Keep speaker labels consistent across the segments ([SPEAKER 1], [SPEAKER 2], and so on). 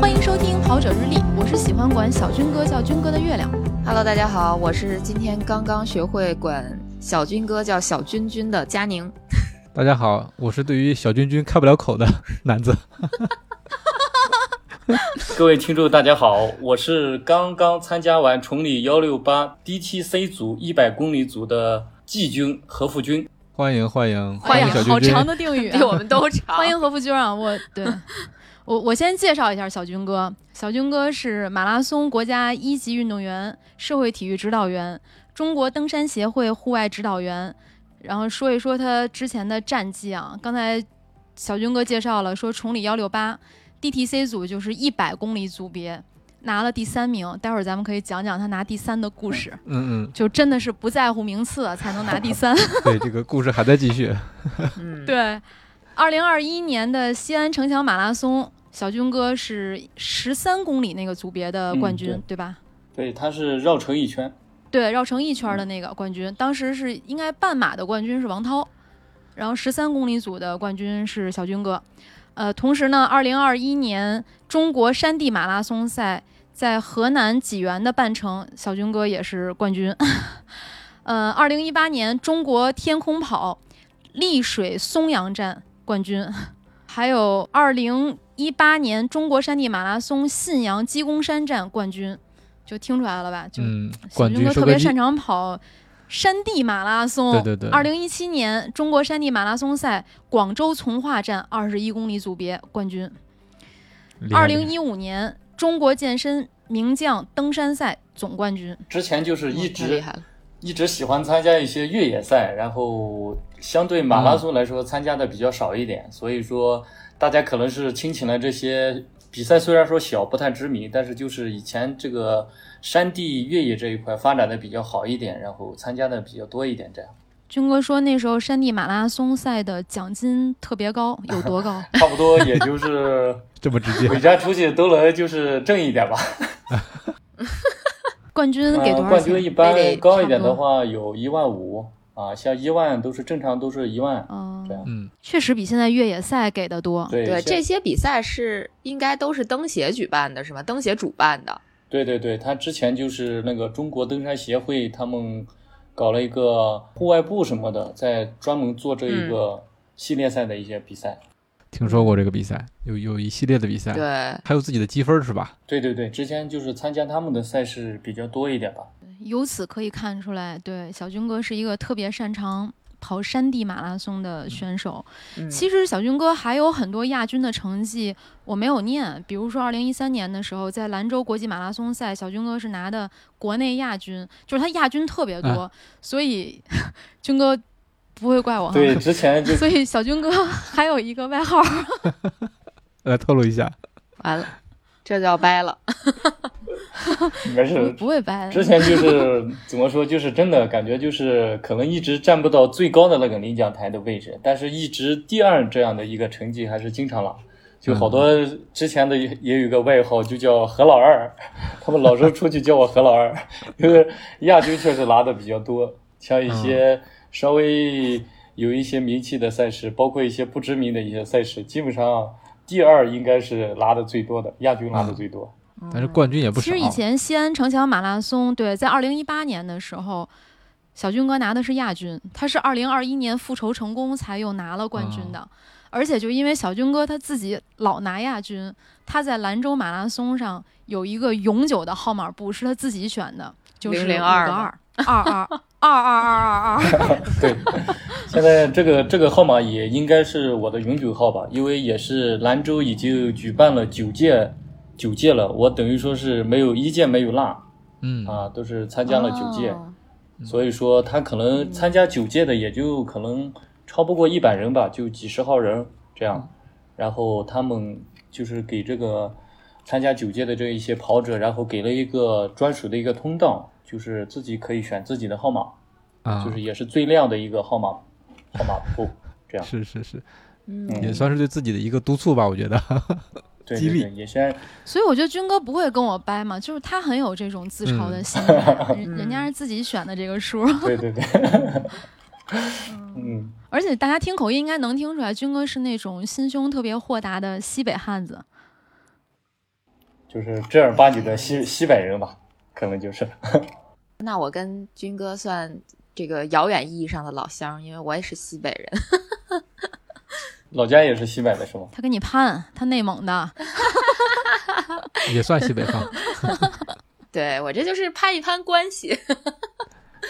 [SPEAKER 1] 欢迎收听《跑者日历》，我是喜欢管小军哥叫军哥的月亮。
[SPEAKER 2] Hello，大家好，我是今天刚刚学会管小军哥叫小军军的佳 宁。
[SPEAKER 3] 大家好，我是对于小君君开不了口的 男子。
[SPEAKER 4] 各位听众，大家好，我是刚刚参加完崇礼幺六八 DTC 组一百公里组的季军何福军。
[SPEAKER 3] 欢迎欢迎
[SPEAKER 2] 欢迎
[SPEAKER 3] 迎小
[SPEAKER 1] 好
[SPEAKER 3] 君君
[SPEAKER 1] 长，的 定语、啊，
[SPEAKER 2] 比哎我们都 长。
[SPEAKER 1] 欢迎何福军啊！我对 我我先介绍一下小军哥，小军哥是马拉松国家一级运动员、社会体育指导员、中国登山协会户外指导员。然后说一说他之前的战绩啊，刚才小军哥介绍了，说崇礼幺六八 DTC 组就是一百公里组别拿了第三名，待会儿咱们可以讲讲他拿第三的故事，
[SPEAKER 3] 嗯
[SPEAKER 1] 就真的是不在乎名次啊才能拿第三。
[SPEAKER 3] 嗯，对，这个故事还在继 续。
[SPEAKER 2] 嗯，
[SPEAKER 1] 对，二零二一年的西安城墙马拉松，小军哥是十三公里那个组别的冠军，
[SPEAKER 4] 嗯
[SPEAKER 1] 对吧？
[SPEAKER 4] 对，他是绕城一圈。
[SPEAKER 1] 对，绕城一圈儿的那个冠军，当时是应该半马的冠军是王涛，然后十三公里组的冠军是小军哥。呃，同时呢，二零二一年中国山地马拉松赛在河南济源的半程，小军哥也是冠军。 呃，二零一八年中国天空跑丽水松阳站冠军，还有二零一八年中国山地马拉松信阳鸡公山站冠军，就听出来了吧？就
[SPEAKER 3] 嗯，
[SPEAKER 1] 小
[SPEAKER 3] 冠
[SPEAKER 1] 军
[SPEAKER 3] 军
[SPEAKER 1] 哥
[SPEAKER 3] 收
[SPEAKER 1] 特
[SPEAKER 3] 割
[SPEAKER 1] 别
[SPEAKER 3] 机
[SPEAKER 1] 擅。长跑山地马拉松。
[SPEAKER 3] 对对对，
[SPEAKER 1] 二零一七年中国山地马拉松赛广州从化站二十一公里组别冠军。
[SPEAKER 3] 厉害
[SPEAKER 1] 二零一五年中国健身名将登山赛总冠军。
[SPEAKER 4] 之前就是一
[SPEAKER 2] 太厉
[SPEAKER 4] 直
[SPEAKER 2] 害了。
[SPEAKER 4] 一直喜欢参加一些越野赛，然后相对马拉松来说参加的比较少一点，所以说大家可能是听起来这些比赛虽然说小不太知名，但是就是以前这个山地越野这一块发展的比较好一点，然后参加的比较多一点这样。
[SPEAKER 1] 军哥说那时候山地马拉松赛的奖金特别高，有 多高？
[SPEAKER 4] 差不多也就是
[SPEAKER 3] 这么直接
[SPEAKER 4] 回，家出去都能就是挣一点吧。
[SPEAKER 1] 冠军 给多
[SPEAKER 4] 嗯，
[SPEAKER 1] 少
[SPEAKER 4] 冠
[SPEAKER 1] 钱？
[SPEAKER 4] 军一般
[SPEAKER 2] 非得
[SPEAKER 4] 高一点
[SPEAKER 1] 差
[SPEAKER 4] 的
[SPEAKER 1] 不
[SPEAKER 4] 话有一万五啊，像一万都是正常都是一万。
[SPEAKER 1] 哦
[SPEAKER 4] 这样
[SPEAKER 3] 嗯，
[SPEAKER 1] 确实比现在越野赛给的多。
[SPEAKER 4] 对
[SPEAKER 2] 对，
[SPEAKER 4] 像
[SPEAKER 2] 这些比赛是应该都是登协举办的，是吗？登协主办的。
[SPEAKER 4] 对对对，他之前就是那个中国登山协会他们搞了一个户外部什么的，在专门做这
[SPEAKER 1] 嗯
[SPEAKER 4] 一个系列赛的一些比赛。
[SPEAKER 3] 听说过这个比赛，有有一系列的比赛，
[SPEAKER 2] 对，
[SPEAKER 3] 还有自己的积分是吧？
[SPEAKER 4] 对对对，之前就是参加他们的赛事比较多一点吧。
[SPEAKER 1] 由此可以看出来，对小军哥是一个特别擅长跑山地马拉松的选手。
[SPEAKER 2] 嗯
[SPEAKER 1] 其实小军哥还有很多亚军的成绩我没有念，比如说二零一三年的时候，在兰州国际马拉松赛，小军哥是拿的国内亚军，就是他亚军特别多，所以 军哥不会怪我哈。
[SPEAKER 4] 对，之前就
[SPEAKER 1] 所以小军哥 还有一个外号，
[SPEAKER 3] 来透露一下，
[SPEAKER 2] 完了，这就要掰了。
[SPEAKER 4] 没
[SPEAKER 1] 不
[SPEAKER 4] 事，
[SPEAKER 1] 不会掰
[SPEAKER 4] 之
[SPEAKER 1] 的。
[SPEAKER 4] 前就是怎么说，就是真的感觉就是可能一直站不到最高的那个领奖台的位置，但是一直第二这样的一个成绩还是经常拿。就好多之前的也也有一个外号，就叫何老二， 他们老是出去叫我何老二， 因为亚军确实拿的比较多，像一些稍微有一些名气的赛事，包括一些不知名的一些赛事，基本上第二应该是拿的最多的，亚军拿的最多。
[SPEAKER 3] 但是冠军也不
[SPEAKER 1] 嗯其
[SPEAKER 3] 少
[SPEAKER 1] 实。以前西安城墙马拉松，对，在二零一八年的时候，小军哥拿的是亚军，他是二零二一年复仇成功才又拿了冠军的。
[SPEAKER 3] 哦
[SPEAKER 1] 而且就因为小军哥他自己老拿亚军，他在兰州马拉松上有一个永久的号码布是他自己选的，就是五个
[SPEAKER 2] 002
[SPEAKER 1] 二二二二二二二二。
[SPEAKER 4] 对，现在这个这个号码也应该是我的永久号吧，因为也是兰州已经举办了九届，九届了，我等于说是没有一届没有落
[SPEAKER 3] 嗯，
[SPEAKER 4] 啊，都是参加了九届，
[SPEAKER 1] 哦
[SPEAKER 4] 所以说他可能参加九届的也就可能超不过一百人吧，就几十号人这样。然后他们就是给这个参加九届的这一些跑者，然后给了一个专属的一个通道，就是自己可以选自己的号码，
[SPEAKER 3] 啊，
[SPEAKER 4] 就是也是最亮的一个号码号码 布这样。
[SPEAKER 3] 是是是，
[SPEAKER 2] 嗯
[SPEAKER 3] 也算是对自己的一个督促吧，我觉得。
[SPEAKER 4] 对
[SPEAKER 3] 激
[SPEAKER 4] 对
[SPEAKER 3] 励
[SPEAKER 4] 对，也先
[SPEAKER 1] 所以我觉得军哥不会跟我掰嘛，就是他很有这种自嘲
[SPEAKER 3] 嗯
[SPEAKER 1] 的心理 啊，人人家是自己选的这个数，
[SPEAKER 4] 对对对， 嗯，
[SPEAKER 1] 而且大家听口音应该能听出来，军哥是那种心胸特别豁达的西北汉子。
[SPEAKER 4] 就是正儿八经的西西北人吧，可能就是。
[SPEAKER 2] 那我跟军哥算这个遥远意义上的老乡，因为我也是西北人。
[SPEAKER 4] 老家也是西北的是吗？
[SPEAKER 1] 他跟你攀，他内蒙的，
[SPEAKER 3] 也算西北 方，
[SPEAKER 2] 对我这就是攀一攀关系。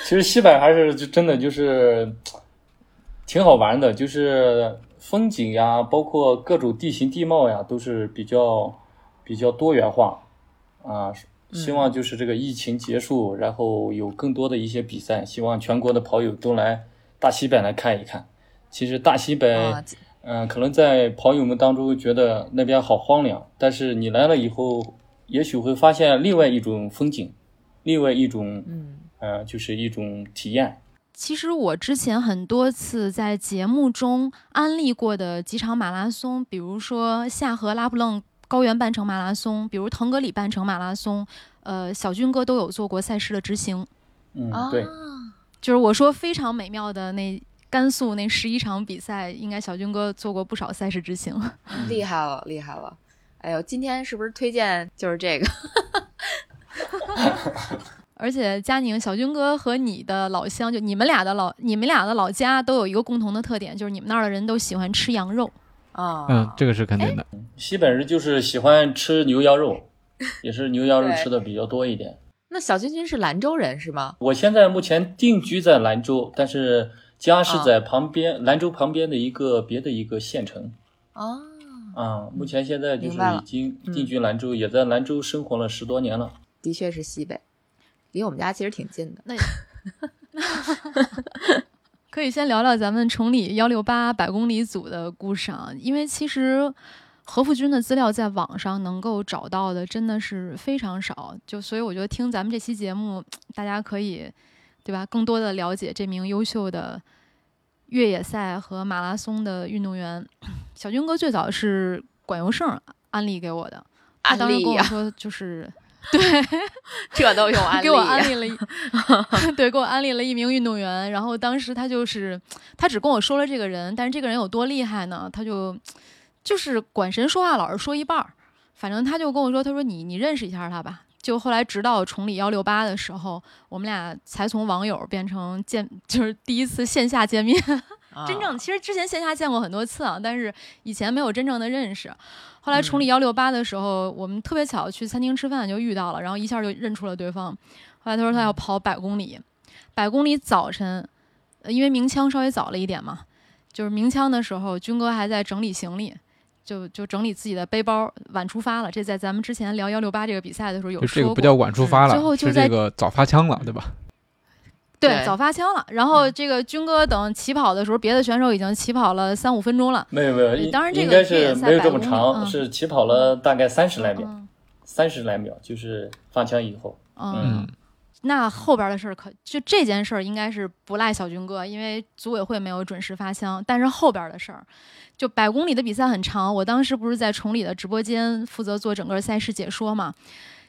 [SPEAKER 4] 其实西北还是就真的就是挺好玩的，就是风景呀，包括各种地形地貌呀，都是比较比较多元化啊。希望就是这个疫情结束，然后有更多的一些比赛，希望全国的跑友都来大西北来看一看。其实大西北，
[SPEAKER 2] 啊，
[SPEAKER 4] 嗯、可能在跑友们当中觉得那边好荒凉，但是你来了以后，也许会发现另外一种风景，另外一种
[SPEAKER 2] 嗯，
[SPEAKER 4] 呃，就是一种体验。
[SPEAKER 1] 其实我之前很多次在节目中安利过的几场马拉松，比如说下河拉布楞高原半程马拉松，比如腾格里半程马拉松，呃，小军哥都有做过赛事的执行。
[SPEAKER 4] 嗯，
[SPEAKER 1] 哦
[SPEAKER 2] 啊
[SPEAKER 4] 对，
[SPEAKER 1] 就是我说非常美妙的那甘肃那十一场比赛，应该小军哥做过不少赛事执行。
[SPEAKER 2] 厉害了，厉害了！哎呦，今天是不是推荐就是这个？
[SPEAKER 1] 而且佳宁、小军哥和你的老乡，就你们俩的老、你们俩的老家都有一个共同的特点，就是你们那儿的人都喜欢吃羊肉。
[SPEAKER 2] 啊，
[SPEAKER 3] 嗯，这个是肯定的。
[SPEAKER 1] 哎
[SPEAKER 4] 西北人就是喜欢吃牛羊肉， 也是牛羊肉
[SPEAKER 2] 对
[SPEAKER 4] 吃的比较多一点。
[SPEAKER 2] 那小君君是兰州人是吗？
[SPEAKER 4] 我现在目前定居在兰州，但是家是
[SPEAKER 1] 哦
[SPEAKER 2] 啊
[SPEAKER 4] 在旁边、兰州旁边的一个别的一个县城。
[SPEAKER 2] 啊，
[SPEAKER 1] 哦
[SPEAKER 4] 啊，目前现在就是
[SPEAKER 2] 明白了
[SPEAKER 4] 已经
[SPEAKER 2] 嗯
[SPEAKER 4] 定居兰州，也在兰州生活了十多年了。
[SPEAKER 2] 的确是西北，离我们家其实挺近的。
[SPEAKER 1] 那 可以先聊聊咱们崇礼幺六八百公里组的故事啊，因为其实何富军的资料在网上能够找到的真的是非常少，就所以我觉得听咱们这期节目，大家可以对吧，更多的了解这名优秀的越野赛和马拉松的运动员。小军哥最早是管尤胜啊安利给我的，他当时
[SPEAKER 2] 安利
[SPEAKER 1] 跟我
[SPEAKER 2] 呀
[SPEAKER 1] 说就是。
[SPEAKER 2] 这都用安利、啊
[SPEAKER 1] 给我安利 了一， 对，给我安利了一名运动员。然后当时他就是，他只跟我说了这个人，但是这个人有多厉害呢？他就就是管神说话老是说一半儿，反正他就跟我说，他说你你认识一下他吧。就后来直到崇礼幺六八的时候，我们俩才从网友变成见，就是第一次线下见面。
[SPEAKER 2] 啊
[SPEAKER 1] 真正其实之前线下见过很多次啊，但是以前没有真正的认识。后来
[SPEAKER 2] 嗯
[SPEAKER 1] 崇礼幺六八的时候，我们特别巧去餐厅吃饭就遇到了，然后一下就认出了对方。后来他说他要跑百公里，百公里早晨，呃因为鸣枪稍微早了一点嘛，就是鸣枪的时候，军哥还在整理行李。就就整理自己的背包，晚出发了。这在咱们之前聊幺六八这个比赛的时候有
[SPEAKER 3] 就
[SPEAKER 1] 说
[SPEAKER 3] 这个
[SPEAKER 1] 过。
[SPEAKER 3] 不叫晚出发
[SPEAKER 1] 最后
[SPEAKER 3] 了，
[SPEAKER 1] 就是在
[SPEAKER 3] 这个早发枪了，对吧？
[SPEAKER 1] 对
[SPEAKER 2] 对
[SPEAKER 1] 早发枪了。然后
[SPEAKER 2] 嗯
[SPEAKER 1] 这个军哥等起跑的时候，别的选手已经起跑了三五分钟了。
[SPEAKER 4] 没有没有，
[SPEAKER 1] 对
[SPEAKER 4] 应
[SPEAKER 1] 当然这个
[SPEAKER 4] 应该
[SPEAKER 1] 越野
[SPEAKER 4] 是
[SPEAKER 1] 赛
[SPEAKER 4] 没有这么
[SPEAKER 1] 百公里
[SPEAKER 4] 长，
[SPEAKER 1] 嗯
[SPEAKER 4] 是起跑了大概三十来秒，
[SPEAKER 1] 嗯
[SPEAKER 4] 三十来秒就是发枪以后。
[SPEAKER 1] 嗯
[SPEAKER 4] 嗯，
[SPEAKER 3] 嗯，
[SPEAKER 1] 那后边的事儿可就这件事儿应该是不赖小军哥，因为组委会没有准时发枪。但是后边的事儿，就百公里的比赛很长，我当时不是在崇礼的直播间负责做整个赛事解说嘛，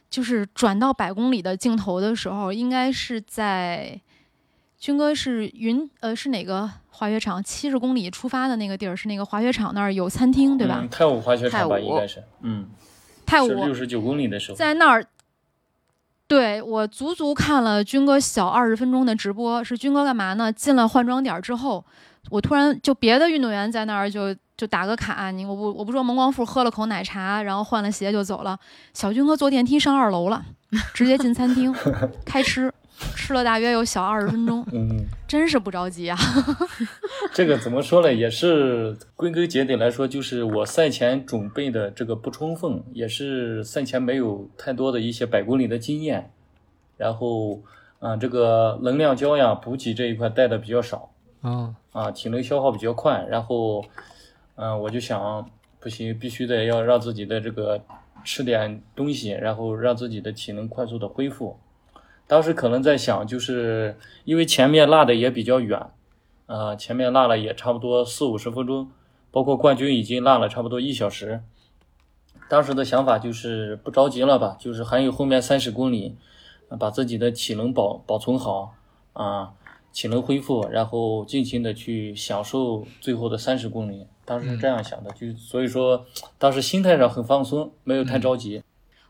[SPEAKER 1] 就是转到百公里的镜头的时候，应该是在军哥是云呃是哪个滑雪场？七十公里出发的那个地儿是那个滑雪场那儿有餐厅对吧？
[SPEAKER 4] 嗯，泰晤滑雪场吧，
[SPEAKER 2] 泰晤
[SPEAKER 4] 应该是，嗯，
[SPEAKER 1] 泰
[SPEAKER 4] 是
[SPEAKER 1] 晤
[SPEAKER 4] 六十九公里的时候。
[SPEAKER 1] 在那儿，对我足足看了军哥小二十分钟的直播。是军哥干嘛呢？进了换装点儿之后，我突然就别的运动员在那儿就就打个卡，你我不我不说蒙光富喝了口奶茶，然后换了鞋就走了。小军哥坐电梯上二楼了，直接进餐厅开吃，吃了大约有小二十分钟，
[SPEAKER 4] 嗯，
[SPEAKER 1] 真是不着急啊。
[SPEAKER 4] 这个怎么说呢？也是归根结底来说，就是我赛前准备的这个不充分，也是赛前没有太多的一些百公里的经验，啊然后，嗯、这个能量胶呀、补给这一块带的比较少，
[SPEAKER 3] 啊，
[SPEAKER 4] 啊，体能消耗比较快，然后，嗯、我就想不行，必须得要让自己的这个吃点东西，然后让自己的体能快速的恢复。当时可能在想，就是因为前面落的也比较远，啊，前面落了也差不多四五十分钟，包括冠军已经落了差不多一小时。当时的想法就是不着急了吧，就是还有后面三十公里，呃把自己的体能保保存好啊，体能恢复，然后尽情的去享受最后的三十公里。当时是
[SPEAKER 3] 嗯
[SPEAKER 4] 这样想的，就所以说当时心态上很放松，没有
[SPEAKER 3] 嗯
[SPEAKER 4] 太着急。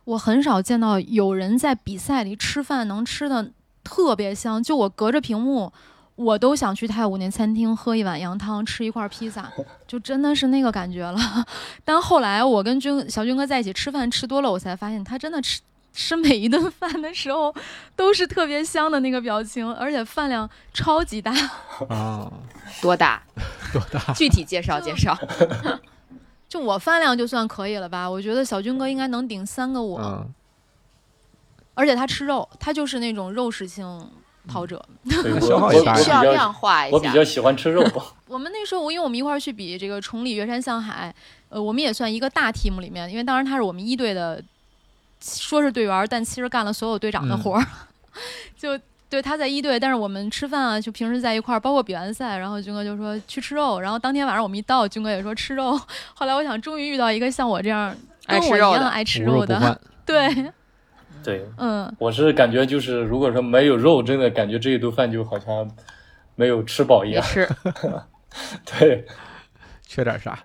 [SPEAKER 1] 我很少见到有人在比赛里吃饭能吃的特别香，就我隔着屏幕，我都想去泰晤那餐厅喝一碗羊汤，吃一块披萨，就真的是那个感觉了。 但后来我跟军小军哥在一起吃饭吃多了，我才发现他真的吃。吃每一顿饭的时候，都是特别香的那个表情，而且饭量超级大。
[SPEAKER 3] 啊，
[SPEAKER 2] 多大？
[SPEAKER 3] 多大？
[SPEAKER 2] 具体介绍
[SPEAKER 1] 就
[SPEAKER 2] 介绍。
[SPEAKER 1] 就我饭量就算可以了吧，我觉得小军哥应该能顶三个我。
[SPEAKER 3] 嗯，
[SPEAKER 1] 而且他吃肉，他就是那种肉食性跑者。
[SPEAKER 4] 对我
[SPEAKER 3] 消耗
[SPEAKER 4] 我
[SPEAKER 3] 也
[SPEAKER 4] 我
[SPEAKER 3] 大
[SPEAKER 4] 比
[SPEAKER 2] 需要量
[SPEAKER 4] 较
[SPEAKER 2] 化一
[SPEAKER 4] 我比
[SPEAKER 2] 下。
[SPEAKER 4] 较喜欢吃肉，
[SPEAKER 1] 我们那时候，因为我们一块儿去比这个崇礼、岳山、向海，呃，我们也算一个大 team 里面，因为当时他是我们一队的，说是队员儿，但其实干了所有
[SPEAKER 3] 嗯
[SPEAKER 1] 队长的活儿， 就。对，他在一队，但是我们吃饭啊，就平时在一块儿，包括比完赛，然后军哥就说去吃肉，然后当天晚上我们一到，军哥也说吃肉。 后来我想，终于遇到一个像我这样
[SPEAKER 2] 爱
[SPEAKER 1] 跟
[SPEAKER 2] 吃
[SPEAKER 1] 我
[SPEAKER 2] 哎
[SPEAKER 1] 一
[SPEAKER 2] 肉
[SPEAKER 1] 样
[SPEAKER 2] 的
[SPEAKER 1] 爱吃
[SPEAKER 3] 无
[SPEAKER 1] 肉
[SPEAKER 3] 肉不
[SPEAKER 1] 的，
[SPEAKER 3] 欢，
[SPEAKER 1] 对，
[SPEAKER 4] 对
[SPEAKER 1] 嗯，
[SPEAKER 4] 我是感觉就是如果说没有肉，真的感觉这一顿饭就好像没有吃饱一
[SPEAKER 2] 也
[SPEAKER 4] 样。
[SPEAKER 2] 是，
[SPEAKER 4] 对，
[SPEAKER 3] 缺点啥？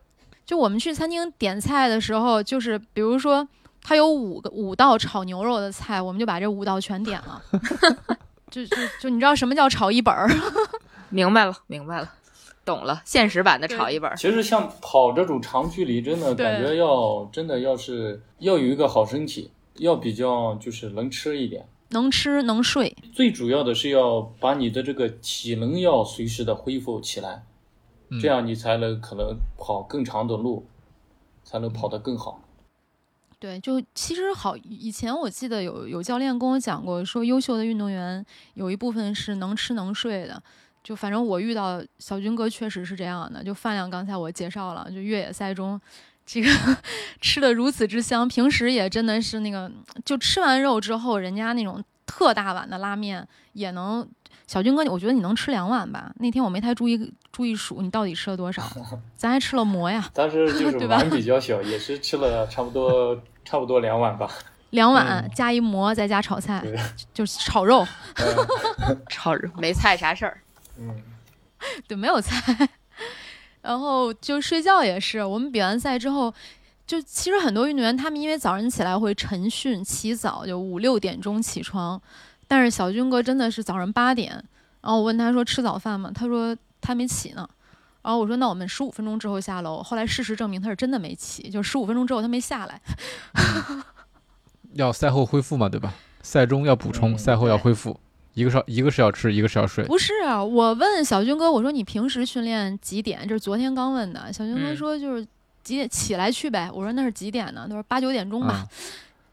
[SPEAKER 1] 就我们去餐厅点菜的时候，就是比如说它有五个五道炒牛肉的菜，我们就把这五道全点了。 就就就你知道什么叫炒一本儿？
[SPEAKER 2] 明白了，明白了，懂了，现实版的炒一本儿。
[SPEAKER 4] 其实像跑这种长距离，真的
[SPEAKER 1] 对
[SPEAKER 4] 感觉要真的要是要有一个好身体，要比较就是能吃一点。
[SPEAKER 1] 能吃能睡，
[SPEAKER 4] 最主要的是要把你的这个体能要随时的恢复起来，
[SPEAKER 3] 嗯
[SPEAKER 4] 这样你才能可能跑更长的路，才能跑得更好。
[SPEAKER 1] 对，就其实好。以前我记得有有教练跟我讲过，说优秀的运动员有一部分是能吃能睡的。就反正我遇到小军哥确实是这样的，就饭量刚才我介绍了，就越野赛中，这个 吃的如此之香，平时也真的是那个，就吃完肉之后，人家那种特大碗的拉面也能。小军哥，我觉得你能吃两碗吧？那天我没太注意注意数，你到底吃了多少？咱还吃了馍呀，
[SPEAKER 4] 但是 就是
[SPEAKER 1] 对吧
[SPEAKER 4] 碗比较小，也是吃了差不多差不多两碗吧。
[SPEAKER 1] 两碗加一馍，再加炒菜
[SPEAKER 4] 对，
[SPEAKER 1] 就就是炒肉，
[SPEAKER 4] 嗯
[SPEAKER 2] 炒肉没菜啥事儿，
[SPEAKER 4] 嗯，
[SPEAKER 1] 对，没有菜。 然后就睡觉也是，我们比完赛之后，就其实很多运动员他们因为早晨起来会晨训，起早就五六点钟起床，但是小军哥真的是早上八点。然后我问他说吃早饭吗？他说他没起呢。然后我说那我们十五分钟之后下楼。后来事实证明他是真的没起，就十五分钟之后他没下来。
[SPEAKER 3] 要赛后恢复嘛，对吧？赛中要补充，
[SPEAKER 4] 嗯
[SPEAKER 3] 赛后要
[SPEAKER 1] 对
[SPEAKER 3] 恢复，一个是一个是要吃，一个是要睡。
[SPEAKER 1] 不是啊，我问小军哥，我说你平时训练几点？这是昨天刚问的。小军哥
[SPEAKER 3] 嗯
[SPEAKER 1] 说就是几点起来去呗。我说那是几点呢？他说八九点钟吧
[SPEAKER 3] 啊。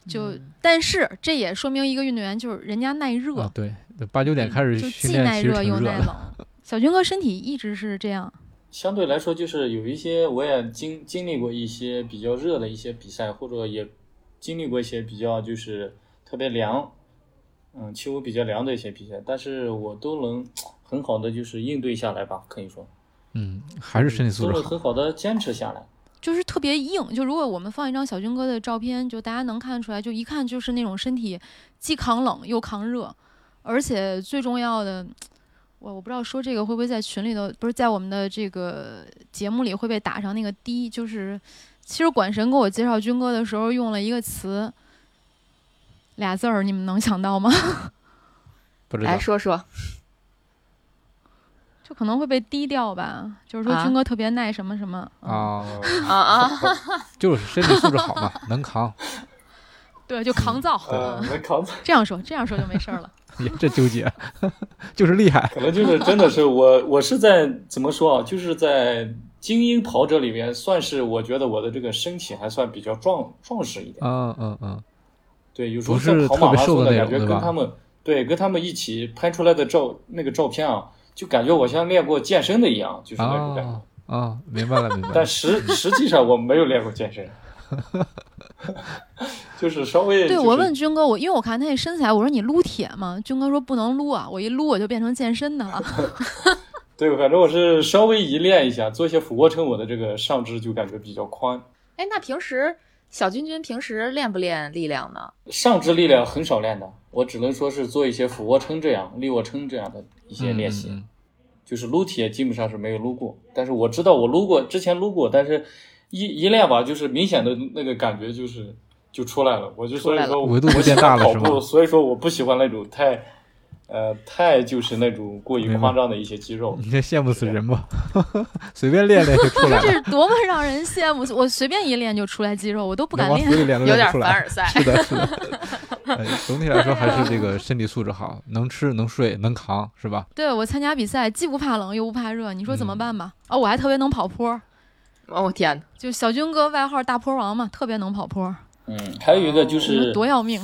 [SPEAKER 1] 就但是这也说明一个运动员就是人家耐热，
[SPEAKER 3] 啊，对，八九点开始
[SPEAKER 1] 嗯就
[SPEAKER 3] 训
[SPEAKER 1] 既
[SPEAKER 3] 练，
[SPEAKER 1] 耐
[SPEAKER 3] 其实
[SPEAKER 1] 热
[SPEAKER 3] 挺
[SPEAKER 1] 又
[SPEAKER 3] 热
[SPEAKER 1] 耐
[SPEAKER 3] 的。
[SPEAKER 1] 冷。小军哥身体一直是这样，
[SPEAKER 4] 相对来说，就是有一些我也经经历过一些比较热的一些比赛，或者也经历过一些比较就是特别凉，嗯，气候比较凉的一些比赛，但是我都能很好的就是应对下来吧，可以说
[SPEAKER 3] 嗯，还是身体素
[SPEAKER 4] 都
[SPEAKER 3] 质
[SPEAKER 4] 能
[SPEAKER 3] 好。
[SPEAKER 4] 很好的坚持下来。
[SPEAKER 1] 就是特别硬。就如果我们放一张小军哥的照片，就大家能看出来，就一看就是那种身体既抗冷又抗热，而且最重要的，我我不知道说这个会不会在群里头，不是在我们的这个节目里会被打上那个低，就是其实管神给我介绍军哥的时候用了一个词，俩字儿，你们能想到吗？
[SPEAKER 3] 不知道
[SPEAKER 2] 来，说说。
[SPEAKER 1] 就可能会被低调吧，就是说
[SPEAKER 2] 啊
[SPEAKER 1] 军哥特别耐什么什么嗯
[SPEAKER 3] 啊，
[SPEAKER 2] 啊啊，
[SPEAKER 3] 就是身体素质好嘛，能扛，
[SPEAKER 1] 对，就抗造，
[SPEAKER 4] 呃
[SPEAKER 1] 嗯，
[SPEAKER 4] 能 扛住，
[SPEAKER 1] 这样说这样说就没事儿了。
[SPEAKER 3] 也这纠结， 就是厉害。
[SPEAKER 4] 可能就是真的是我，我是在怎么说啊，就是在精英跑者里面，算是我觉得我的这个身体还算比较壮壮实一点。
[SPEAKER 3] 嗯嗯嗯，
[SPEAKER 4] 对，有时候
[SPEAKER 3] 不
[SPEAKER 4] 在
[SPEAKER 3] 是
[SPEAKER 4] 跑
[SPEAKER 3] 特
[SPEAKER 4] 马
[SPEAKER 3] 别
[SPEAKER 4] 拉
[SPEAKER 3] 瘦
[SPEAKER 4] 松
[SPEAKER 3] 的那
[SPEAKER 4] 感
[SPEAKER 3] 种
[SPEAKER 4] 觉
[SPEAKER 3] 对
[SPEAKER 4] 跟
[SPEAKER 3] 吧
[SPEAKER 4] 他们对跟他们一起拍出来的照那个照片啊，就感觉我像练过健身的一样，就是那种感觉。
[SPEAKER 3] 啊啊，明白了明白
[SPEAKER 4] 但
[SPEAKER 3] 了。
[SPEAKER 4] 实实际上我没有练过 健身，就是稍微、
[SPEAKER 1] 对
[SPEAKER 4] 就是、
[SPEAKER 1] 我问军哥，我因为我看他那身材，我说你撸铁吗？军哥说不能撸啊，我一撸我就变成健身的了。
[SPEAKER 4] 对，反正我是稍微一练一下，做一些俯卧撑，我的这个上肢就感觉比较宽。
[SPEAKER 2] 哎，那平时小君君平时练不练力量呢？
[SPEAKER 4] 上肢力量很少练的，我只能说是做一些俯卧撑这样、立卧撑这样的一些练习，
[SPEAKER 3] 嗯嗯
[SPEAKER 4] 就是撸铁基本上是没有撸过。但是我知道我撸过，之前撸过，但是一一练吧，就是明显的那个感觉就是就出来了。我就所以
[SPEAKER 2] 出来
[SPEAKER 4] 说
[SPEAKER 2] 了
[SPEAKER 4] 我
[SPEAKER 3] 维度
[SPEAKER 4] 不
[SPEAKER 3] 不
[SPEAKER 4] 喜
[SPEAKER 3] 变
[SPEAKER 4] 欢
[SPEAKER 3] 大了
[SPEAKER 4] 跑
[SPEAKER 3] 是
[SPEAKER 4] 步，
[SPEAKER 3] 吗
[SPEAKER 4] 所以说我不喜欢那种太呃太就是那种过于
[SPEAKER 3] 明白
[SPEAKER 4] 夸张的一些肌肉
[SPEAKER 3] 嗯。你这羡慕死人吧？ 随便练练就出 来
[SPEAKER 1] 这
[SPEAKER 3] 了，
[SPEAKER 1] 是多么让人羡慕！我随便一练就出来肌肉，我都不敢
[SPEAKER 3] 能往
[SPEAKER 1] 练
[SPEAKER 3] 死。里练都
[SPEAKER 2] 有
[SPEAKER 3] 练
[SPEAKER 2] 点
[SPEAKER 3] 不出
[SPEAKER 2] 凡
[SPEAKER 3] 来。
[SPEAKER 2] 尔赛。
[SPEAKER 3] 是的，是的。哎，总体来说还是这个身体素质好，能吃能睡能扛，是吧？
[SPEAKER 1] 对我参加比赛，既不怕冷又不怕热，你说怎么
[SPEAKER 3] 嗯
[SPEAKER 1] 办吧？啊、我还特别能跑坡，
[SPEAKER 2] 哦我天，
[SPEAKER 1] 就小军哥外号大坡王嘛，特别能跑坡，
[SPEAKER 4] 嗯，还有一个就是
[SPEAKER 1] 多要命！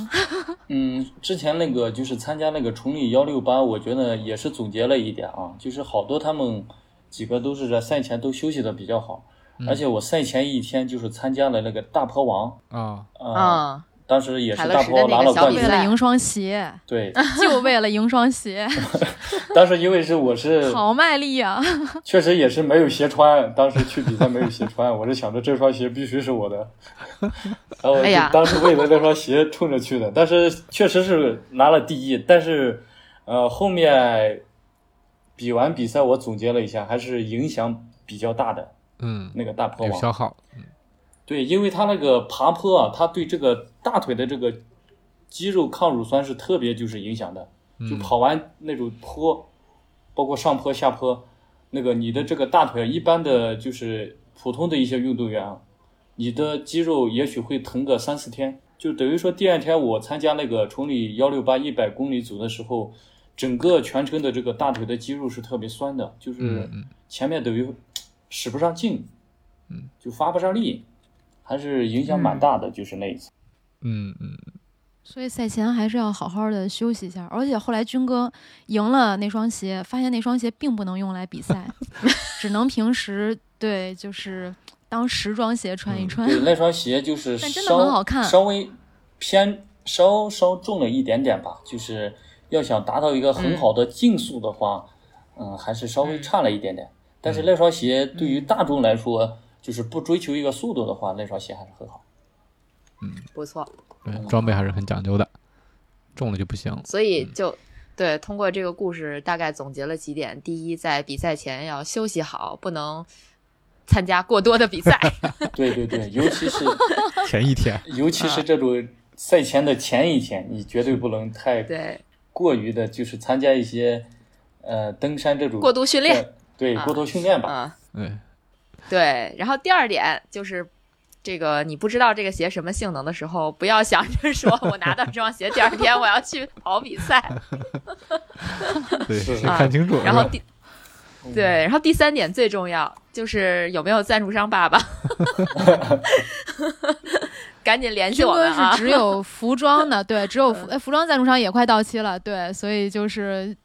[SPEAKER 4] 嗯，之前那个就是参加那个崇礼幺六八，我觉得也是总结了一点啊，就是好多他们几个都是在赛前都休息的比较好，
[SPEAKER 3] 嗯
[SPEAKER 4] 而且我赛前一天就是参加了那个大坡王
[SPEAKER 3] 啊，
[SPEAKER 4] 啊、
[SPEAKER 2] 嗯，
[SPEAKER 4] 当时也
[SPEAKER 2] 海
[SPEAKER 4] 是
[SPEAKER 2] 乐
[SPEAKER 4] 大
[SPEAKER 2] 石
[SPEAKER 4] 坡
[SPEAKER 2] 的那
[SPEAKER 4] 拿
[SPEAKER 2] 个
[SPEAKER 4] 了
[SPEAKER 2] 小
[SPEAKER 4] 冠
[SPEAKER 2] 比
[SPEAKER 4] 军
[SPEAKER 1] 为，
[SPEAKER 2] 赛
[SPEAKER 1] 了赢双 鞋，
[SPEAKER 4] 对，
[SPEAKER 1] 就为了赢双鞋，
[SPEAKER 4] 当时因为是 我是
[SPEAKER 1] 好卖力啊！
[SPEAKER 4] 确实也是没有鞋穿，当时去比赛没有鞋穿，我是想着这双鞋必须是我的，然后
[SPEAKER 2] 哎呀
[SPEAKER 4] 就当时为了这双鞋冲着去的，但是确实是拿了第一，但是呃后面比完比赛我总结了一下，还是影响比较大的
[SPEAKER 3] 嗯，
[SPEAKER 4] 那个大坡
[SPEAKER 3] 有
[SPEAKER 4] 王，
[SPEAKER 3] 消耗，
[SPEAKER 4] 对，因为他那个爬坡啊，他对这个大腿的这个肌肉抗乳酸是特别就是影响的，就
[SPEAKER 3] 嗯
[SPEAKER 4] 跑完那种坡，包括上坡下坡，那个你的这个大腿，一般的就是普通的一些运动员啊，你的肌肉也许会疼个三四天，就等于说第二天我参加那个崇礼幺六八一百公里组的时候，整个全程的这个大腿的肌肉是特别酸的，就是
[SPEAKER 3] 嗯嗯
[SPEAKER 4] 前面等于使不上劲，嗯，就发不上力，还是影响蛮大的，就是那一次。
[SPEAKER 3] 嗯嗯，
[SPEAKER 1] 所以赛前还是要好好的休息一下。而且后来军哥赢了那双鞋，发现那双鞋并不能用来 比赛，只能平时对，就是当时装鞋穿
[SPEAKER 2] 嗯
[SPEAKER 1] 一穿。
[SPEAKER 4] 对，那双鞋就是
[SPEAKER 1] 但
[SPEAKER 4] 稍
[SPEAKER 1] 真的很好看
[SPEAKER 4] 稍微偏稍稍重了一点点吧。就是要想达到一个很好的竞速的话，嗯还是稍微差了一点点。但是那双鞋对于大众来说，就是不追求一个速度的话，那双鞋还是很好。
[SPEAKER 2] 不错。
[SPEAKER 3] 对，装备还是很讲究的，重了就不行。
[SPEAKER 2] 所以就对，通过这个故事大概总结了几点：第一，在比赛前要休息好，不能参加过多的比赛。
[SPEAKER 4] 对对对，尤其是
[SPEAKER 3] 前一天
[SPEAKER 4] 尤其是这种赛前的前一天，你绝对不能太
[SPEAKER 2] 对，
[SPEAKER 4] 过于的，就是参加一些呃登山这种
[SPEAKER 2] 过度训练。
[SPEAKER 4] 对，对过度训练吧。
[SPEAKER 2] 啊，
[SPEAKER 3] 对，
[SPEAKER 2] 对。然后第二点就是。这个你不知道这个鞋什么性能的时候，不要想着说我拿到这双鞋，第二天我要去跑比赛。
[SPEAKER 3] 对，
[SPEAKER 4] 是
[SPEAKER 3] 先看清楚。
[SPEAKER 2] 然
[SPEAKER 3] 是
[SPEAKER 2] 后
[SPEAKER 3] 吧
[SPEAKER 2] 第，对，然后第三点最重要就是有没有赞助商爸 爸，赶紧联系
[SPEAKER 1] 军
[SPEAKER 2] 我
[SPEAKER 1] 哥
[SPEAKER 2] 们啊嗯
[SPEAKER 1] 是！只 有服装的，对，只有服哎服装赞助商也快到期了，对，所以就是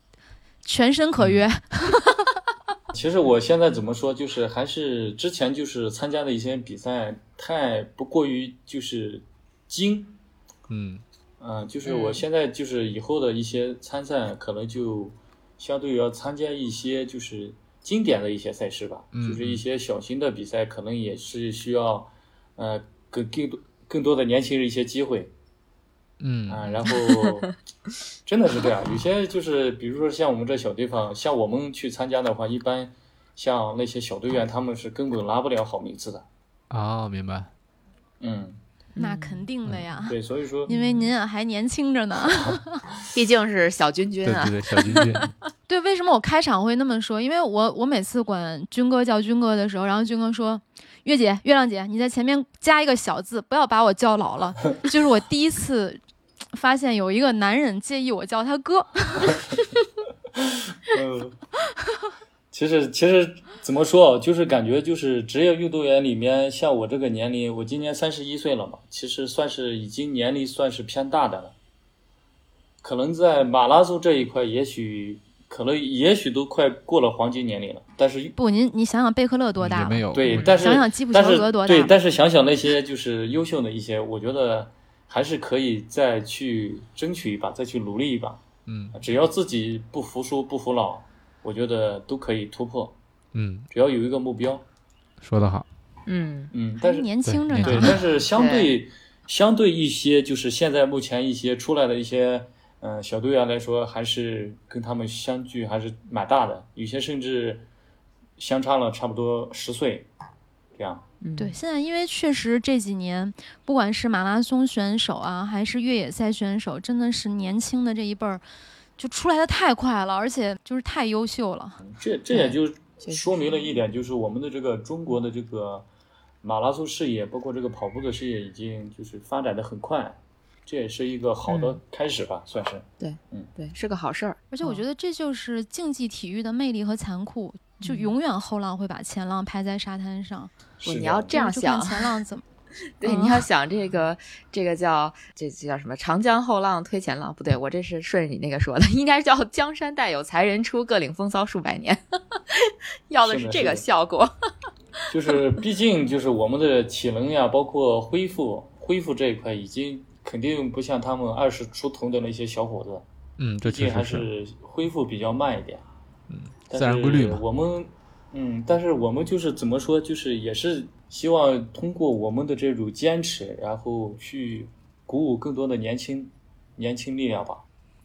[SPEAKER 1] 全身
[SPEAKER 2] 嗯
[SPEAKER 1] 可约。
[SPEAKER 4] 其实我现在怎么说，就是还是之前就是参加的一些比赛太不过于就是精，
[SPEAKER 3] 嗯，
[SPEAKER 4] 嗯、就是我现在就是以后的一些参赛，可能就相对要参加一些就是经典的一些赛事吧，
[SPEAKER 3] 嗯
[SPEAKER 4] 就是一些小型的比赛，可能也是需要呃更更多更多的年轻人一些机会，啊，
[SPEAKER 3] 嗯，
[SPEAKER 4] 然后真的是这样，有些就是比如说像我们这小地方，像我们去参加的话，一般像那些小队员他们是根本拿不了好名次的。
[SPEAKER 3] 哦，明白。
[SPEAKER 4] 嗯，
[SPEAKER 1] 那肯定的呀，
[SPEAKER 4] 对，所以说
[SPEAKER 1] 因
[SPEAKER 2] 嗯
[SPEAKER 1] 为您也还年轻着呢。
[SPEAKER 2] 毕竟是小君君
[SPEAKER 3] 对
[SPEAKER 2] 啊
[SPEAKER 3] 对，对，小军 军，
[SPEAKER 1] 对，为什么我开场会那么说？因为我我每次管军哥叫军哥的时候，然后军哥说：“月姐、月亮姐，你在前面加一个小字，不要把我叫 老了。”就是我第一次发现有一个男人介意我叫他哥。
[SPEAKER 4] 嗯，其实其实怎么说啊，就是感觉就是职业运动员里面，像我这个年龄，我今年三十一岁了嘛，其实算是已经年龄算是偏大的了。可能在马拉松这一块，也许可乐也许都快过了黄金年龄了，但是
[SPEAKER 1] 不，您你想想贝克勒多大
[SPEAKER 3] 嗯也
[SPEAKER 1] 了？
[SPEAKER 3] 没有
[SPEAKER 4] 对
[SPEAKER 3] 我
[SPEAKER 4] 但是
[SPEAKER 1] 想想基普乔
[SPEAKER 4] 但是
[SPEAKER 1] 格多大
[SPEAKER 4] 对，
[SPEAKER 1] 了？
[SPEAKER 4] 但是想想那些就是优秀的一些，我觉得还是可以再去争取一把，再去努力一把。
[SPEAKER 3] 嗯
[SPEAKER 4] 只要自己不服输、不服老，我觉得都可以突破。
[SPEAKER 3] 嗯，
[SPEAKER 4] 只要有一个目标，
[SPEAKER 3] 说得好，
[SPEAKER 2] 嗯，
[SPEAKER 4] 嗯，
[SPEAKER 1] 还
[SPEAKER 4] 但
[SPEAKER 1] 是
[SPEAKER 4] 是
[SPEAKER 1] 年啊轻着
[SPEAKER 3] 对
[SPEAKER 4] 对，
[SPEAKER 1] 呢。
[SPEAKER 4] 但是相对相对一些就是现在目前一些出来的一些嗯、呃小队员来说，还是跟他们相距还是蛮大的，有些甚至相差了差不多十岁，这样。
[SPEAKER 2] 嗯
[SPEAKER 1] 对，，现在因为确实这几年，不管是马拉松选手啊，还是越野赛选手，真的是年轻的这一辈儿，就出来的太快了，而且就是太优秀了。
[SPEAKER 4] 这这也就
[SPEAKER 2] 确实
[SPEAKER 4] 说明了
[SPEAKER 2] 是
[SPEAKER 4] 一点，就是我们的这个中国的这个马拉松事业，包括这个跑步的事业，已经就是发展的很快，这也是一个好的
[SPEAKER 2] 嗯
[SPEAKER 4] 开始吧，算是。
[SPEAKER 2] 对，是个好事儿。
[SPEAKER 1] 而且我觉
[SPEAKER 2] 得，
[SPEAKER 1] 得这就是竞技体育的魅力和残酷，就
[SPEAKER 2] 嗯
[SPEAKER 1] 永远后浪会把前浪拍在沙滩上。
[SPEAKER 4] 是
[SPEAKER 2] 你
[SPEAKER 4] 的
[SPEAKER 2] 要这样
[SPEAKER 1] 就看
[SPEAKER 2] 想，
[SPEAKER 1] 前浪怎么？
[SPEAKER 2] 对，
[SPEAKER 1] 嗯
[SPEAKER 2] 你要想这个，这个叫这这叫什么？长江后浪推前浪，不对，我这是顺着你那个说的，应该叫江山代有才人出，各领风骚数百年，要的
[SPEAKER 4] 是
[SPEAKER 2] 是
[SPEAKER 4] 的
[SPEAKER 2] 这
[SPEAKER 4] 是
[SPEAKER 2] 个
[SPEAKER 4] 的
[SPEAKER 2] 效果。
[SPEAKER 4] 就是毕竟就是我们的体能呀，包括恢复恢复这一块，已经肯定不像他们二十出头的那些小伙子，
[SPEAKER 3] 嗯，这
[SPEAKER 4] 毕
[SPEAKER 3] 确
[SPEAKER 4] 竟还
[SPEAKER 3] 实是
[SPEAKER 4] 是恢复比较慢一点。但
[SPEAKER 3] 自然规律
[SPEAKER 4] 是
[SPEAKER 3] 嘛。
[SPEAKER 4] 我们，嗯，但是我们就是怎么说，就是也是希望通过我们的这种坚持，然后去鼓舞更多的年轻年轻力量吧。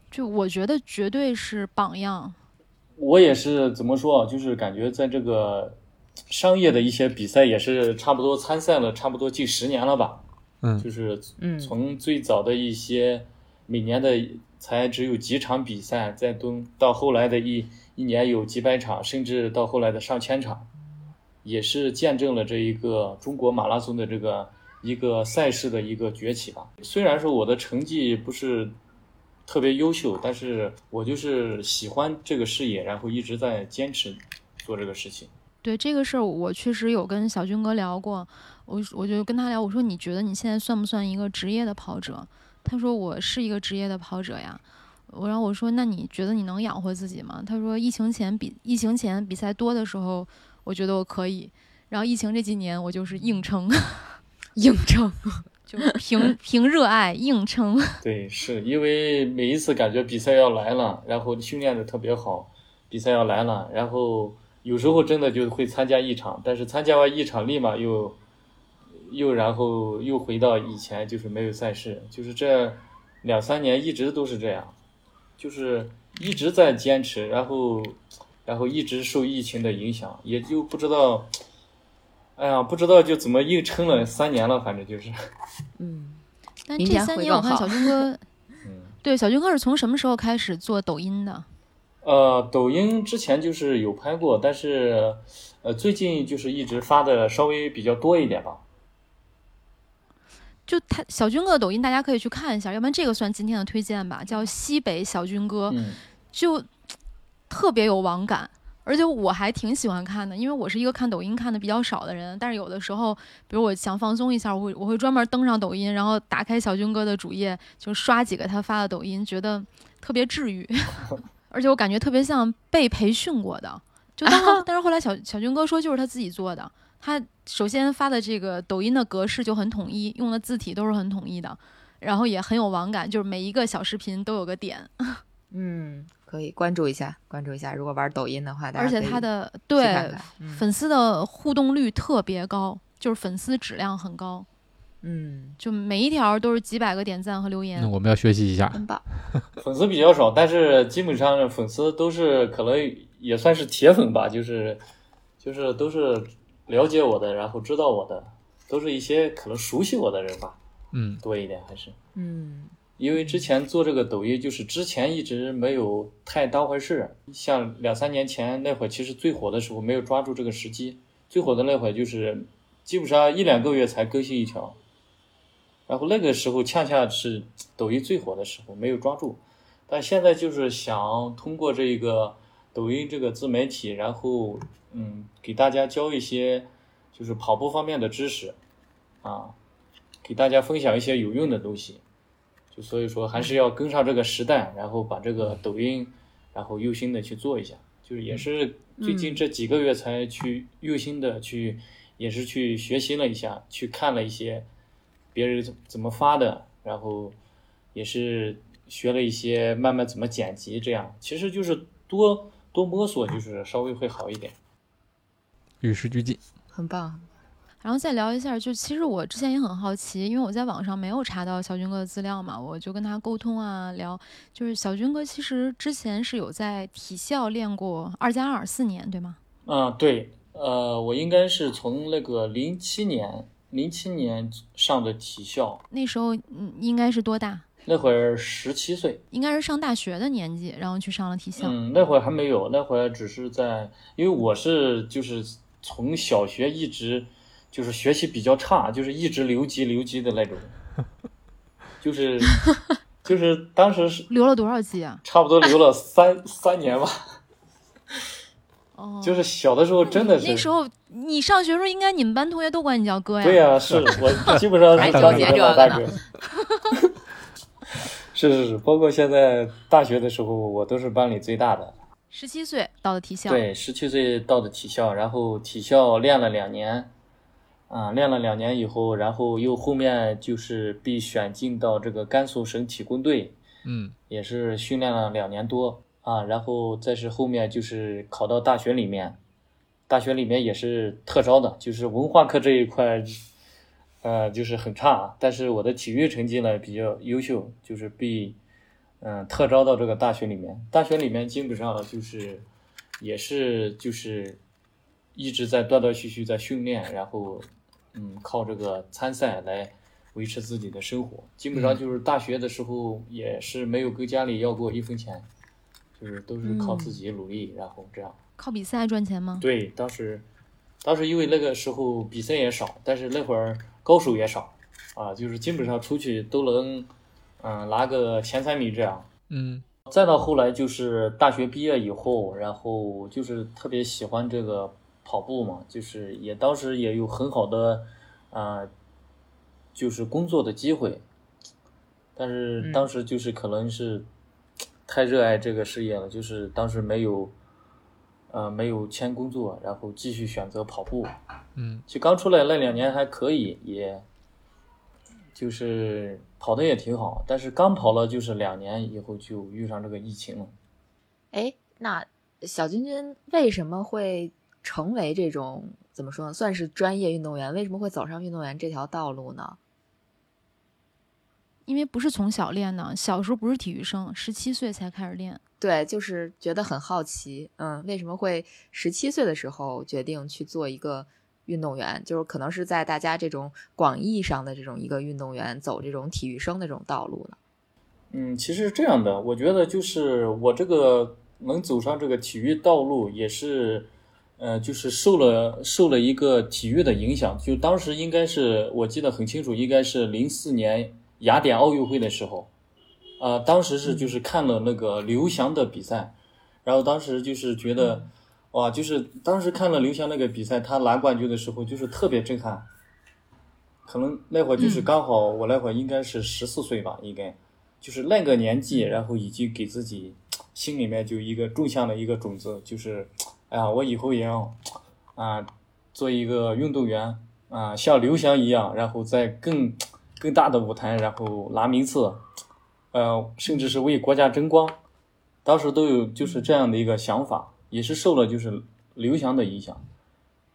[SPEAKER 1] 就我觉得绝对是榜样。
[SPEAKER 4] 我也是怎么说啊，就是感觉在这个商业的一些比赛也是差不多参赛了，差不多近十年了吧。
[SPEAKER 3] 嗯
[SPEAKER 4] 就是
[SPEAKER 2] 嗯
[SPEAKER 4] 从最早的一些每年的才只有几场比赛，再都到后来的一一年有几百场，甚至到后来的上千场，也是见证了这一个中国马拉松的这个一个赛事的一个崛起吧。虽然说我的成绩不是特别优秀，但是我就是喜欢这个事业，然后一直在坚持做这个事情。
[SPEAKER 1] 对这个事儿，我确实有跟小军哥聊过，我我就跟他聊，我说你觉得你现在算不算一个职业的跑者？他说我是一个职业的跑者呀。我然后我说那你觉得你能养活自己吗？他说疫情前比疫情前比赛多的时候，我觉得我可以。然后疫情这几年我就是硬撑，
[SPEAKER 2] 硬撑，
[SPEAKER 1] 就是 凭凭热爱硬撑。
[SPEAKER 4] 对，是因为每一次感觉比赛要来了，然后训练的特别好，比赛要来了，然后有时候真的就会参加一场，但是参加完一场立马又又然后又回到以前，就是没有赛事，就是这两三年一直都是这样，就是一直在坚持，然后然后一直受疫情的影响，也就不知道，哎呀，不知道就怎么硬撑了三年了，反正就是，
[SPEAKER 2] 嗯，
[SPEAKER 1] 但
[SPEAKER 2] 明
[SPEAKER 1] 这
[SPEAKER 2] 年
[SPEAKER 1] 三
[SPEAKER 2] 会
[SPEAKER 1] 年我
[SPEAKER 2] 更
[SPEAKER 1] 看
[SPEAKER 2] 好
[SPEAKER 1] 小 军哥，
[SPEAKER 4] 嗯。
[SPEAKER 1] 对小军哥是从什么时候开始做抖音的？
[SPEAKER 4] 呃，抖音之前就是有拍过，但是，呃，最近就是一直发的稍微比较多一点吧。
[SPEAKER 1] 就他小军哥的抖音，大家可以去看一下，要不然这个算今天的推荐吧，叫西北小军哥，
[SPEAKER 4] 嗯，
[SPEAKER 1] 就特别有网感，而且我还挺喜欢看的，因为我是一个看抖音看的比较少的人，但是有的时候，比如我想放松一下，我会我会专门登上抖音，然后打开小军哥的主页，就刷几个他发的抖音，觉得特别治愈，而且我感觉特别像被培训过的，就当然但是后来小小军哥说就是他自己做的，他首先发的这个抖音的格式就很统一，用的字体都是很统一的，然后也很有网感，就是每一个小视频都有个点，
[SPEAKER 2] 嗯，可以关注一下，关注一下。如果玩抖音的话，大家
[SPEAKER 1] 而且
[SPEAKER 2] 可以
[SPEAKER 1] 他的
[SPEAKER 2] 去
[SPEAKER 1] 对
[SPEAKER 2] 看看，嗯
[SPEAKER 1] 粉丝的互动率特别高，就是粉丝质量很高，
[SPEAKER 2] 嗯，
[SPEAKER 1] 就每一条都是几百个点赞和留言
[SPEAKER 3] 那。我们要学习一下，
[SPEAKER 2] 真棒。
[SPEAKER 4] 粉丝比较少，但是基本上粉丝都是可能也算是铁粉吧，就是就是都是了解我的，然后知道我的，都是一些可能熟悉我的人吧，
[SPEAKER 3] 嗯
[SPEAKER 4] 多一点还是。
[SPEAKER 2] 嗯
[SPEAKER 4] 因为之前做这个抖音，就是之前一直没有太当回事。像两三年前那会儿，其实最火的时候没有抓住这个时机，最火的那会儿就是基本上一两个月才更新一条，然后那个时候恰恰是抖音最火的时候，没有抓住。但现在就是想通过这个抖音这个自媒体，然后嗯，给大家教一些就是跑步方面的知识啊，给大家分享一些有用的东西。就所以说还是要跟上这个时代，然后把这个抖音然后用心的去做一下，就是也是最近这几个月才去用心的去，也是去学习了一下，去看了一些别人怎么发的，然后也是学了一些慢慢怎么剪辑，这样其实就是多多摸索，就是稍微会好一点。
[SPEAKER 3] 与时俱进。
[SPEAKER 2] 很棒。
[SPEAKER 1] 然后再聊一下，就其实我之前也很好奇，因为我在网上没有查到小军哥的资料嘛，我就跟他沟通啊聊，就是小军哥其实之前是有在体校练过二加二四年，对吗？
[SPEAKER 4] 啊，对，呃，我应该是从那个零七年，零七年上的体校，
[SPEAKER 1] 那时候嗯应该是多大？
[SPEAKER 4] 那会儿十七岁，
[SPEAKER 1] 应该是上大学的年纪，然后去上了体校。
[SPEAKER 4] 嗯，那会儿还没有，那会儿只是在，因为我是就是从小学一直就是学习比较差，就是一直留级留级的那种，就是 就是当时是
[SPEAKER 1] 留了多少级啊？
[SPEAKER 4] 差不多留了三三年吧，
[SPEAKER 1] 哦，
[SPEAKER 4] 就是小的时候真的是
[SPEAKER 1] 那时候你上学时候，应该你们班同学都管你叫哥呀。
[SPEAKER 4] 对呀、 是我基本上是当你的老大哥。是是是，包括现在大学的时候，我都是班里最大的。
[SPEAKER 1] 十七岁到的体校，
[SPEAKER 4] 对，十七岁到的体校，然后体校练了两年，啊，练了两年以后，然后又后面就是被选进到这个甘肃省体工队，
[SPEAKER 3] 嗯，
[SPEAKER 4] 也是训练了两年多啊，然后再是后面就是考到大学里面，大学里面也是特招的，就是文化课这一块，呃，就是很差，但是我的体育成绩呢比较优秀，就是被嗯、呃特招到这个大学里面，大学里面基本上就是也是就是一直在断断续续在训练，然后嗯靠这个参赛来。维持自己的生活，基本上就是大学的时候也是没有跟家里要过一分钱，就是都是靠自己努力，然后这样。
[SPEAKER 1] 靠比赛赚钱吗？
[SPEAKER 4] 对，当时，当时因为那个时候比赛也少，但是那会儿高手也少，啊，就是基本上出去都能，嗯、拿个前三名这样。
[SPEAKER 3] 嗯
[SPEAKER 4] 再到后来就是大学毕业以后，然后就是特别喜欢这个跑步嘛，就是也当时也有很好的，呃，就是工作的机会，但是
[SPEAKER 2] 嗯
[SPEAKER 4] 当时就是可能是太热爱这个事业了，就是当时没有，呃，没有签工作，然后继续选择跑步。
[SPEAKER 3] 嗯
[SPEAKER 4] 就刚出来那两年还可以，也就是跑的也挺好，但是刚跑了就是两年以后就遇上这个疫情了。
[SPEAKER 2] 哎，那小君君为什么会成为这种怎么说呢？算是专业运动员，为什么会走上运动员这条道路呢？
[SPEAKER 1] 因为不是从小练的，小时候不是体育生，十七岁才开始练。
[SPEAKER 2] 对，就是觉得很好奇，嗯，为什么会十七岁的时候决定去做一个运动员？就是可能是在大家这种广义上的这种一个运动员走这种体育生的这种道路呢？
[SPEAKER 4] 嗯，其实是这样的，我觉得就是我这个能走上这个体育道路，也是，呃，就是受了受了一个体育的影响。就当时应该是我记得很清楚，应该是零四年雅典奥运会的时候，呃，当时是就是看了那个刘翔的比赛，然后当时就是觉得，哇，就是当时看了刘翔那个比赛，他拿冠军的时候，就是特别震撼。可能那会儿就是刚好，我那会儿应该是十四岁吧，应该。就是那个年纪，然后已经给自己心里面就一个种下了一个种子，就是哎呀，我以后也要啊、做一个运动员啊、像刘翔一样，然后在更更大的舞台，然后拿名次，呃，甚至是为国家争光。当时都有就是这样的一个想法，也是受了就是刘翔的影响，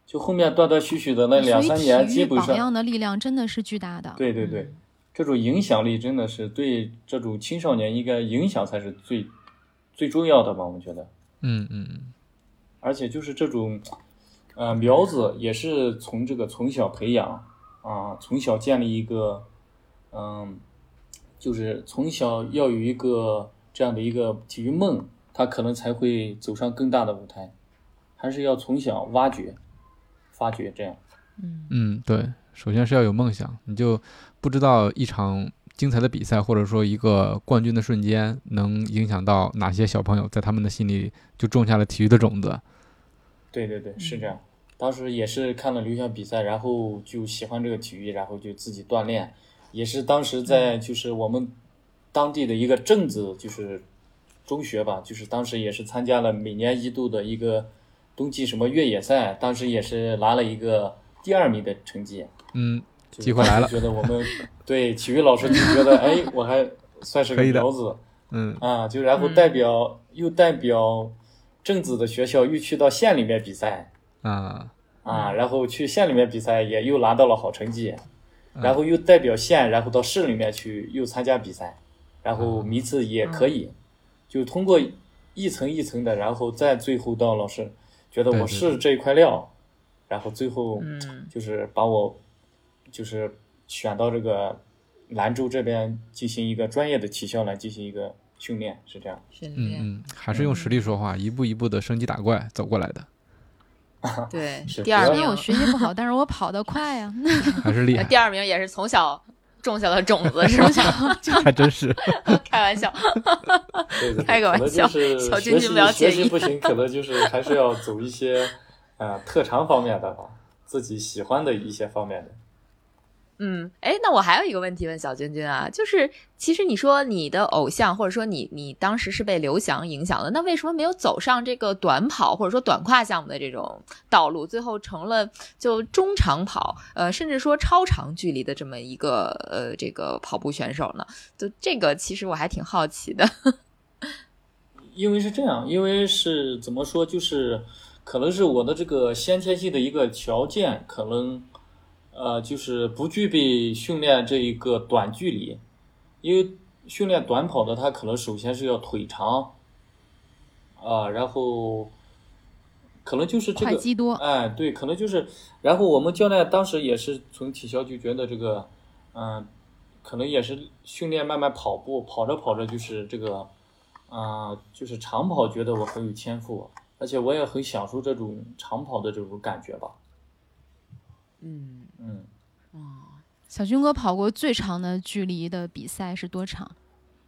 [SPEAKER 4] 就后面断断续续的那两
[SPEAKER 1] 所
[SPEAKER 4] 三
[SPEAKER 1] 以
[SPEAKER 4] 年，
[SPEAKER 1] 体
[SPEAKER 4] 基
[SPEAKER 1] 育
[SPEAKER 4] 本
[SPEAKER 1] 榜
[SPEAKER 4] 上
[SPEAKER 1] 样的嗯力量真的是巨大的。
[SPEAKER 4] 对对对，这种影响力真的是对这种青少年应该影响才是最最重要的吧？我觉得，
[SPEAKER 3] 嗯嗯嗯，
[SPEAKER 4] 而且就是这种，呃，苗子也是从这个从小培养啊、从小建立一个，嗯、就是从小要有一个这样的一个体育梦，他可能才会走上更大的舞台，还是要从小挖掘、发掘这样。
[SPEAKER 2] 嗯
[SPEAKER 3] 嗯，对，首先是要有梦想，你就不知道一场精彩的比赛，或者说一个冠军的瞬间，能影响到哪些小朋友，在他们的心里就种下了体育的种子。
[SPEAKER 4] 对对对，是这样。当时也是看了刘翔比赛，然后就喜欢这个体育，然后就自己锻炼，也是当时在就是我们当地的一个镇子，就是中学吧，就是当时也是参加了每年一度的一个冬季什么越野赛，当时也是拿了一个第二名的成绩。
[SPEAKER 3] 嗯，
[SPEAKER 4] 就
[SPEAKER 3] 机会来了
[SPEAKER 4] 觉得我们对体育老师就觉得，哎，我还算是个
[SPEAKER 3] 可以的
[SPEAKER 4] 苗子
[SPEAKER 3] 嗯，
[SPEAKER 4] 啊，就然后
[SPEAKER 1] 嗯
[SPEAKER 4] 代表、又代表镇子的学校又去到县里面比赛
[SPEAKER 3] 啊，
[SPEAKER 4] 啊，然后去县里面比赛也又拿到了好成绩，
[SPEAKER 3] 嗯
[SPEAKER 4] 然后又代表县，然后到市里面去又参加比赛，然后名次也可以，就通过一层一层的，然后再最后到老师觉得
[SPEAKER 3] 对
[SPEAKER 4] 我
[SPEAKER 3] 对
[SPEAKER 4] 是这一块料，然后最后
[SPEAKER 2] 嗯
[SPEAKER 4] 就是把我就是选到这个兰州这边进行一个专业的体校来进行一个训练，是这样。
[SPEAKER 2] 训
[SPEAKER 3] 嗯
[SPEAKER 2] 练，
[SPEAKER 3] 嗯，还是用实力说话，一步一步的升级打怪走过来 的，
[SPEAKER 2] 对
[SPEAKER 4] 是，
[SPEAKER 2] 第二
[SPEAKER 1] 虽
[SPEAKER 4] 主
[SPEAKER 1] 然我
[SPEAKER 2] 名，
[SPEAKER 1] 学习不好，但是我跑得 快呀。
[SPEAKER 3] 还是厉
[SPEAKER 2] 呃
[SPEAKER 3] 害，
[SPEAKER 2] 第二名也是从小种下了种 子，是不是？
[SPEAKER 3] 还真 是。
[SPEAKER 2] 开玩笑，
[SPEAKER 4] 对对，
[SPEAKER 2] 开个玩笑
[SPEAKER 4] 可能就是
[SPEAKER 2] 小
[SPEAKER 4] 学
[SPEAKER 2] 君
[SPEAKER 4] 习
[SPEAKER 2] 君不要介
[SPEAKER 4] 学
[SPEAKER 2] 意
[SPEAKER 4] 习不行，可能就是还是要走一些呃特长方面的吧，自己喜欢的一些方面的。
[SPEAKER 2] 嗯，哎，那我还有一个问题问小君君啊，就是其实你说你的偶像，或者说你你当时是被刘翔影响的，那为什么没有走上这个短跑或者说短跨项目的这种道路，最后成了就中长跑，呃，甚至说超长距离的这么一个呃这个跑步选手呢？就这个其实我还挺好奇的。
[SPEAKER 4] 因为是这样，因为是怎么说，就是可能是我的这个先天性的一个条件，可能呃就是不具备训练这一个短距离，因为训练短跑的，它可能首先是要腿长啊、然后可能就是这
[SPEAKER 1] 快
[SPEAKER 4] 个
[SPEAKER 1] 肌多
[SPEAKER 4] 哎，对，可能就是，然后我们教练当时也是从体校就觉得这个，嗯、可能也是训练慢慢跑步，跑着跑着就是这个，啊、就是长跑，觉得我很有天赋，而且我也很享受这种长跑的这种感觉吧。
[SPEAKER 2] 嗯，
[SPEAKER 4] 嗯，
[SPEAKER 1] 小军哥跑过最长的距离的比赛是多长？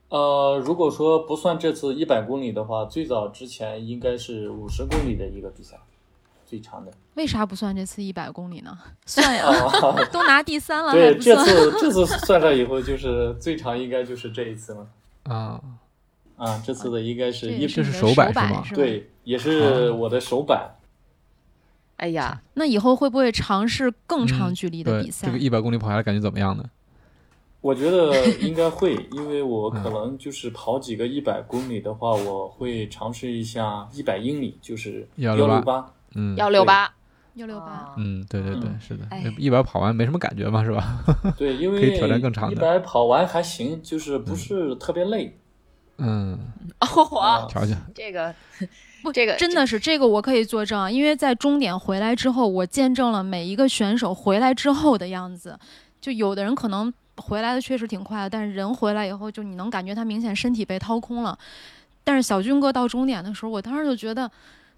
[SPEAKER 4] 呃，如果说不算这次一百公里的话，最早之前应该是五十公里的一个比赛，最长的。
[SPEAKER 1] 为啥不算这次一百公里呢？算呀，
[SPEAKER 4] 啊，
[SPEAKER 1] 都拿第三了还
[SPEAKER 4] 对，
[SPEAKER 1] 不
[SPEAKER 4] 这
[SPEAKER 1] 算。
[SPEAKER 4] 次这次算上以后，就是最长应该就是这一次了。
[SPEAKER 3] 啊，
[SPEAKER 4] 啊，这次的应该是一
[SPEAKER 1] 也
[SPEAKER 3] 这是
[SPEAKER 1] 你的
[SPEAKER 3] 手
[SPEAKER 1] 手
[SPEAKER 3] 摆是
[SPEAKER 1] 是
[SPEAKER 3] 吗
[SPEAKER 1] 吧？
[SPEAKER 4] 对，也是我的首版。
[SPEAKER 2] 哎呀，
[SPEAKER 1] 那以后会不会尝试更长
[SPEAKER 3] 嗯
[SPEAKER 1] 距离的
[SPEAKER 3] 对，
[SPEAKER 1] 比赛？
[SPEAKER 3] 这个一百公里跑下来感觉怎么样呢？
[SPEAKER 4] 我觉得应该会，因为我
[SPEAKER 3] 嗯
[SPEAKER 4] 可能就是跑几个一百公里的话，我会尝试一下一百英里，就是幺
[SPEAKER 3] 168
[SPEAKER 4] 八。
[SPEAKER 3] 嗯，
[SPEAKER 2] 幺六八，
[SPEAKER 1] 幺六
[SPEAKER 2] 哦
[SPEAKER 1] 八，
[SPEAKER 3] 嗯，对对对，
[SPEAKER 4] 嗯
[SPEAKER 3] 是的
[SPEAKER 2] 哎，
[SPEAKER 3] 一百跑完没什么感觉嘛，是吧？
[SPEAKER 4] 对，因为
[SPEAKER 3] 可以挑战更长
[SPEAKER 4] 一
[SPEAKER 3] 的
[SPEAKER 4] 百跑完还行，就是不是特别累。
[SPEAKER 3] 嗯，
[SPEAKER 2] 哦哇，
[SPEAKER 4] 啊
[SPEAKER 3] 瞧瞧，
[SPEAKER 2] 这个
[SPEAKER 1] 不
[SPEAKER 2] 这个
[SPEAKER 1] 真的是这个我可以作证，因为在终点回来之后，我见证了每一个选手回来之后的样子。就有的人可能回来的确实挺快的，但是人回来以后，就你能感觉他明显身体被掏空了。但是小军哥到终点的时候，我当时就觉得，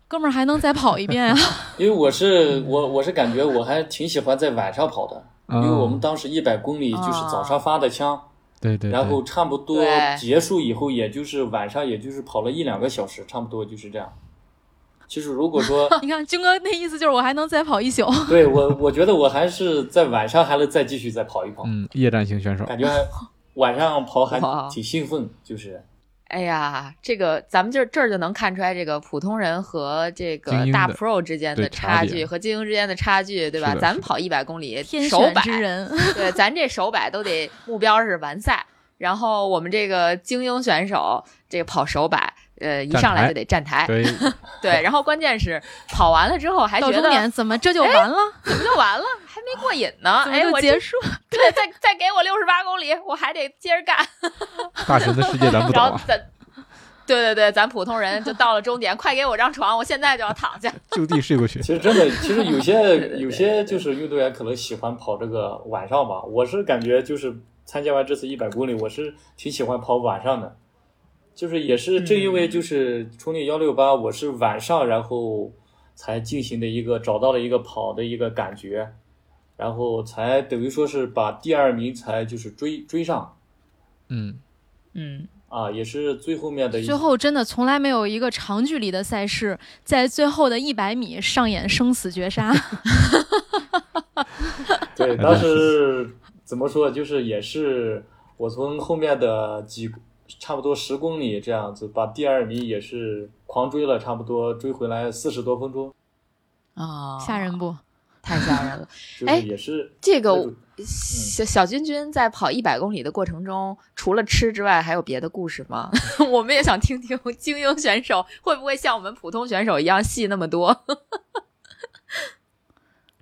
[SPEAKER 1] 哥们儿还能再跑一遍啊 呀、
[SPEAKER 4] 因为我是我我是感觉我还挺喜欢在晚上跑的，因为我
[SPEAKER 3] 嗯
[SPEAKER 4] 们
[SPEAKER 3] 嗯
[SPEAKER 4] 当时一百公里就是早上发的枪，
[SPEAKER 3] 对对，
[SPEAKER 4] 然
[SPEAKER 3] 对
[SPEAKER 4] 后差不多
[SPEAKER 2] 对
[SPEAKER 4] 结束以后，也就是晚上，也就是跑了一两个小时，差不多就是这样。其实如果说
[SPEAKER 1] 你看军哥那意思就是我还能再跑一宿。
[SPEAKER 4] 对我，我觉得我还是在晚上还能再继续再跑一跑，
[SPEAKER 3] 嗯，夜战型选手，
[SPEAKER 4] 感觉还晚上跑还
[SPEAKER 2] 哇
[SPEAKER 4] 挺兴奋，就是
[SPEAKER 2] 哎呀，这个咱们这这儿就能看出来，这个普通人和这
[SPEAKER 3] 精
[SPEAKER 2] 个
[SPEAKER 3] 英的
[SPEAKER 2] 大 pro 之间
[SPEAKER 3] 对
[SPEAKER 2] 的
[SPEAKER 3] 差
[SPEAKER 2] 差
[SPEAKER 3] 别
[SPEAKER 2] 距和精英之间的差距，对
[SPEAKER 3] 是
[SPEAKER 2] 吧？
[SPEAKER 3] 的
[SPEAKER 2] 咱
[SPEAKER 3] 是
[SPEAKER 2] 们
[SPEAKER 3] 的
[SPEAKER 2] 跑一百公里，
[SPEAKER 1] 天
[SPEAKER 2] 手
[SPEAKER 1] 选
[SPEAKER 2] 摆，
[SPEAKER 1] 之人，
[SPEAKER 2] 对，咱这手摆都得目标是完赛，然后我们这个精英选手这个跑手摆，呃，一
[SPEAKER 3] 站
[SPEAKER 2] 上来
[SPEAKER 3] 台
[SPEAKER 2] 就得站台，
[SPEAKER 3] 对，
[SPEAKER 2] 对，然后关键是跑完了之后还
[SPEAKER 1] 到
[SPEAKER 2] 觉
[SPEAKER 1] 终
[SPEAKER 2] 得
[SPEAKER 1] 点怎么这就完了？
[SPEAKER 2] 怎么就完了，还没过瘾呢，
[SPEAKER 1] 怎么
[SPEAKER 2] 哎，
[SPEAKER 1] 就
[SPEAKER 2] 我
[SPEAKER 1] 结
[SPEAKER 2] 这
[SPEAKER 1] 束？
[SPEAKER 2] 对，再再给我六十八公里，我还得接着干。
[SPEAKER 3] 大神的世界咱不懂
[SPEAKER 2] 然后
[SPEAKER 3] 啊，
[SPEAKER 2] 咱，对对对，咱普通人就到了终点，快给我张床，我现在就要躺下。
[SPEAKER 3] 就地睡过去
[SPEAKER 4] 其。实真的，其实有些
[SPEAKER 2] 对
[SPEAKER 4] 有些就是运动员可能喜欢跑这个晚上吧，我是感觉就是参加完这次一百公里，我是挺喜欢跑晚上的，就是也是正因为
[SPEAKER 2] 嗯
[SPEAKER 4] 就是冲力幺六八，我是晚上然后才进行的一个找到了一个跑的一个感觉，然后才等于说是把第二名才就是追追上
[SPEAKER 3] 嗯，
[SPEAKER 2] 嗯，
[SPEAKER 4] 啊，也是最后面的一
[SPEAKER 1] 最后真的从来没有一个长距离的赛事在最后的一百米上演生死绝杀。
[SPEAKER 2] 啊
[SPEAKER 4] 对，
[SPEAKER 3] 哎
[SPEAKER 4] 当
[SPEAKER 3] 对
[SPEAKER 4] 时怎么说，就是也是我从后面的几差不多十公里这样子，把第二名也是狂追了，差不多追回来四十多分钟，
[SPEAKER 2] 啊，
[SPEAKER 1] 吓人，不？
[SPEAKER 2] 太吓人了。
[SPEAKER 4] 就
[SPEAKER 2] 哎
[SPEAKER 4] 是也是
[SPEAKER 2] 这
[SPEAKER 4] 各
[SPEAKER 2] 个
[SPEAKER 4] 种
[SPEAKER 2] 小小君君在跑一百公里的过程中，除了吃之外，还有别的故事吗？ 我们也想听听精英选手会不会像我们普通选手一样戏那么多。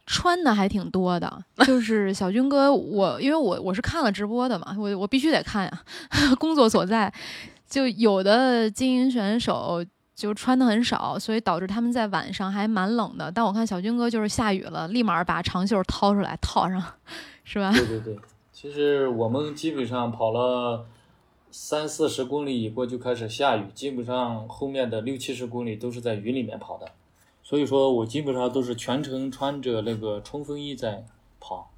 [SPEAKER 1] 穿的还挺多的，就是小军哥，我因为我我是看了直播的嘛，我我必须得看呀、 工作所在，就有的精英选手就穿的很少，所以导致他们在晚上还蛮冷的。但我看小军哥就是下雨了，立马把长袖掏出来套上，是吧？
[SPEAKER 4] 对对对，其实我们基本上跑了三四十公里以后就开始下雨，基本上后面的六七十公里都是在雨里面跑的，所以说我基本上都是全程穿着那个冲锋衣在跑，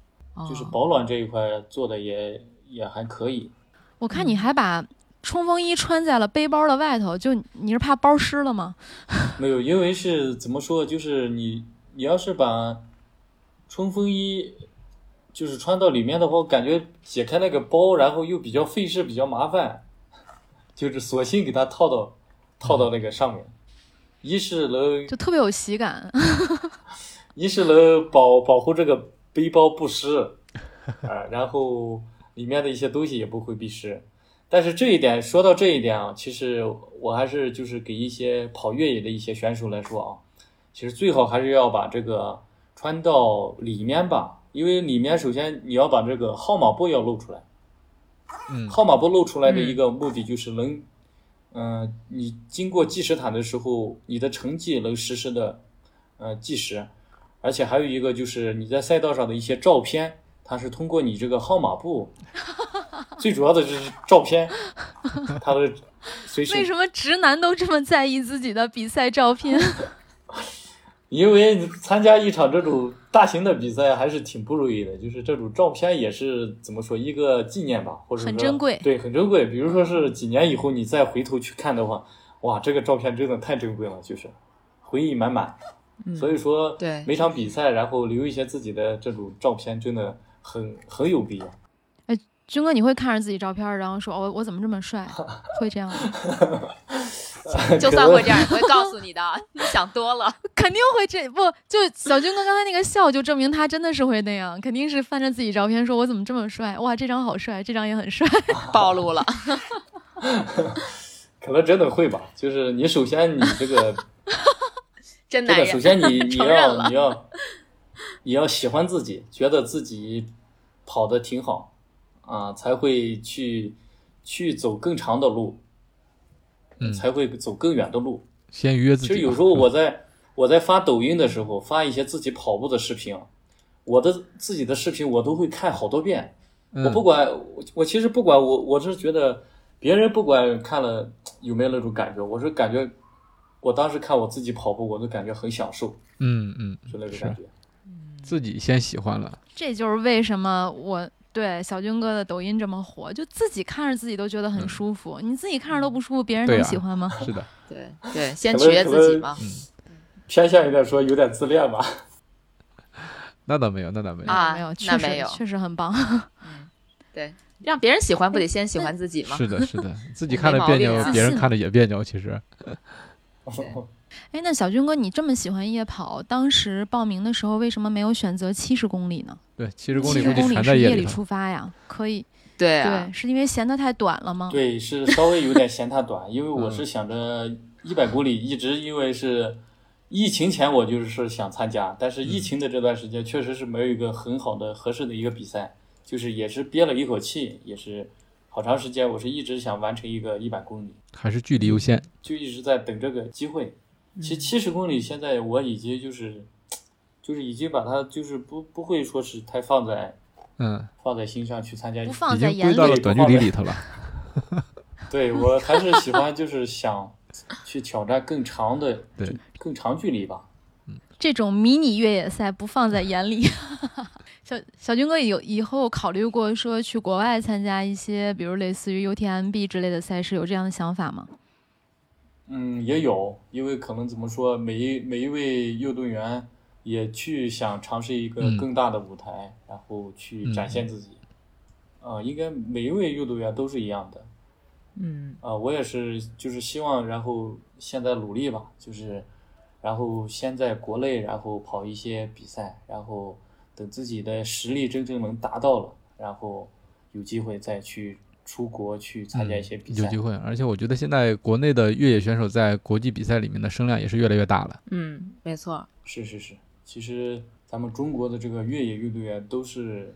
[SPEAKER 4] 就是
[SPEAKER 2] 哦
[SPEAKER 4] 保暖这一块做的也也还可以。
[SPEAKER 1] 我看你还把冲锋衣穿在了背包的外头，就你是怕包湿了吗？
[SPEAKER 4] 没有，因为是怎么说，就是你你要是把冲锋衣就是穿到里面的话，我感觉解开那个包，然后又比较费事，比较麻烦，就是索性给它套到套到那个上面，一是能
[SPEAKER 1] 就特别有喜感。
[SPEAKER 4] 一是能保保护这个背包不湿，啊、然后里面的一些东西也不会被湿。但是这一点，说到这一点啊，其实我还是就是给一些跑越野的一些选手来说啊，其实最好还是要把这个穿到里面吧，因为里面首先你要把这个号码布要露出来。
[SPEAKER 3] 嗯
[SPEAKER 4] 号码布露出来的一个目的就是能，嗯、你经过计时毯的时候，你的成绩能实时的，呃，计时，而且还有一个就是你在赛道上的一些照片，它是通过你这个号 码布，最主要的就是照片，它的随时
[SPEAKER 1] 为什么直男都这么在意自己的比赛照片？
[SPEAKER 4] 因为参加一场这种大型的比赛还是挺不容易的，就是这种照片也是怎么说一个纪念吧，或者说
[SPEAKER 1] 很珍贵
[SPEAKER 4] 对，很珍贵。比如说是几年以后你再回头去看的话，哇，这个照片真的太珍贵了，就是回忆满满。所以说，
[SPEAKER 2] 嗯对
[SPEAKER 4] 每场比赛然后留一些自己的这种照片，真的很很有必要。
[SPEAKER 1] 军哥，你会看着自己照片，然后说：“哦我、我怎么这么 帅？”会这样吗？
[SPEAKER 2] 就算会这样，也不会告诉你 的。你想多了。
[SPEAKER 1] 肯定会这不就小军哥刚才那个笑，就证明他真的是会那样，肯定是翻着自己照片说：“我怎么这么帅？哇，这张好帅，这张也很帅。
[SPEAKER 2] 暴露了。
[SPEAKER 4] 可能真的会吧，就是你首先你这个
[SPEAKER 2] 真
[SPEAKER 4] 这
[SPEAKER 2] 男
[SPEAKER 4] 个首
[SPEAKER 2] 人，
[SPEAKER 4] 先你你
[SPEAKER 2] 承认
[SPEAKER 4] 要
[SPEAKER 2] 了
[SPEAKER 4] 你要你要喜欢自己，觉得自己跑的挺好啊，才会去去走更长的路，
[SPEAKER 3] 嗯，
[SPEAKER 4] 才会走更远的路。
[SPEAKER 3] 先愉悦自
[SPEAKER 4] 其
[SPEAKER 3] 己吧。嗯
[SPEAKER 4] 实有时候我在我在发抖音的时候，发一些自己跑步的视频，我的自己的视频我都会看好多遍。
[SPEAKER 3] 嗯
[SPEAKER 4] 我不管，我我其实不管，我我是觉得别人不管看了有没有那种感觉，我是感觉我当时看我自己跑步，我都感觉很享受，
[SPEAKER 3] 嗯嗯，
[SPEAKER 4] 就那种感觉。
[SPEAKER 3] 自己先喜欢了，”
[SPEAKER 1] 这就是为什么我对小军哥的抖音这么火，就自己看着自己都觉得很舒服，你自己看着都不舒服，别人
[SPEAKER 3] 嗯对
[SPEAKER 1] 能
[SPEAKER 3] 啊
[SPEAKER 1] 喜欢吗？
[SPEAKER 3] 是的，
[SPEAKER 2] 对对，先
[SPEAKER 4] 可
[SPEAKER 2] 取
[SPEAKER 4] 能
[SPEAKER 2] 悦
[SPEAKER 4] 可
[SPEAKER 2] 自己
[SPEAKER 4] 能
[SPEAKER 2] 嘛。
[SPEAKER 4] 偏向于来说有点自恋吧。
[SPEAKER 3] 那倒没有，那倒没有，
[SPEAKER 2] 啊
[SPEAKER 1] 没有，确
[SPEAKER 2] 那
[SPEAKER 1] 实
[SPEAKER 2] 没有
[SPEAKER 1] 确实很棒。
[SPEAKER 2] 对，让别人喜欢不得先喜欢自己 吗？
[SPEAKER 3] 是的，是的，自己
[SPEAKER 2] 没
[SPEAKER 3] 看着
[SPEAKER 2] 毛
[SPEAKER 3] 别
[SPEAKER 2] 病
[SPEAKER 3] 扭
[SPEAKER 2] 啊，
[SPEAKER 3] 别人看着也别扭，其实，
[SPEAKER 1] 哎，那小军哥，你这么喜欢夜跑，当时报名的时候为什么没有选择七十公里呢？
[SPEAKER 3] 对，七十公
[SPEAKER 1] 七
[SPEAKER 3] 里
[SPEAKER 1] 十
[SPEAKER 3] 估计
[SPEAKER 1] 公里
[SPEAKER 3] 全在
[SPEAKER 1] 是夜里
[SPEAKER 3] 里头，
[SPEAKER 1] 出发呀，可以。
[SPEAKER 2] 对啊
[SPEAKER 1] 对，，是因为嫌它太短了吗？
[SPEAKER 4] 对，是稍微有点嫌它短，因为我是想着一百公里，一直因为是疫情前我就是想参加，但是疫情的这段时间确实是没有一个很好的合适的一个比赛，就是也是憋了一口气，也是好长时间，我是一直想完成一个一百公里，
[SPEAKER 3] 还是距离优先。
[SPEAKER 4] 就一直在等这个机会。其
[SPEAKER 1] 嗯
[SPEAKER 4] 实七十公里现在我已经就是就是已经把它就是不不会说是太放在
[SPEAKER 3] 嗯，
[SPEAKER 4] 放在心上去参加
[SPEAKER 1] 不放
[SPEAKER 3] 已
[SPEAKER 1] 在
[SPEAKER 3] 经
[SPEAKER 1] 眼
[SPEAKER 3] 归
[SPEAKER 1] 里
[SPEAKER 3] 到。了
[SPEAKER 4] 里
[SPEAKER 3] 短距
[SPEAKER 4] 不
[SPEAKER 3] 离
[SPEAKER 4] 放
[SPEAKER 3] 里头了。嗯
[SPEAKER 4] 对我还是喜欢，就是想去挑战更长的，
[SPEAKER 3] 对，
[SPEAKER 4] 更长距离吧。
[SPEAKER 1] 这种迷你越野赛不放在眼里。 小小军哥有以后考虑过说去国外参加一些，比如类似于 UTMB 之类的赛事，有这样的想法吗？
[SPEAKER 4] 嗯，也有，因为可能怎么说，每一每一位运动员也去想尝试一个
[SPEAKER 3] 嗯
[SPEAKER 4] 更大的舞台，然呃后去展现自己。啊、应该每一位运动员都是一样的，
[SPEAKER 2] 嗯
[SPEAKER 4] 啊、我也是，就是希望，然后现在努力吧，就是，然后先在国内，然后跑一些比赛，然后等自己的实力真正能达到了，然后有机会再去出国去参加一些比
[SPEAKER 3] 嗯有
[SPEAKER 4] 赛。
[SPEAKER 3] 机会。而且我觉得现在国内的越野选手在国际比赛里面的声量也是越来越大了。
[SPEAKER 2] 嗯，没错，
[SPEAKER 4] 是是是，其实咱们中国的这个越野运动员都是，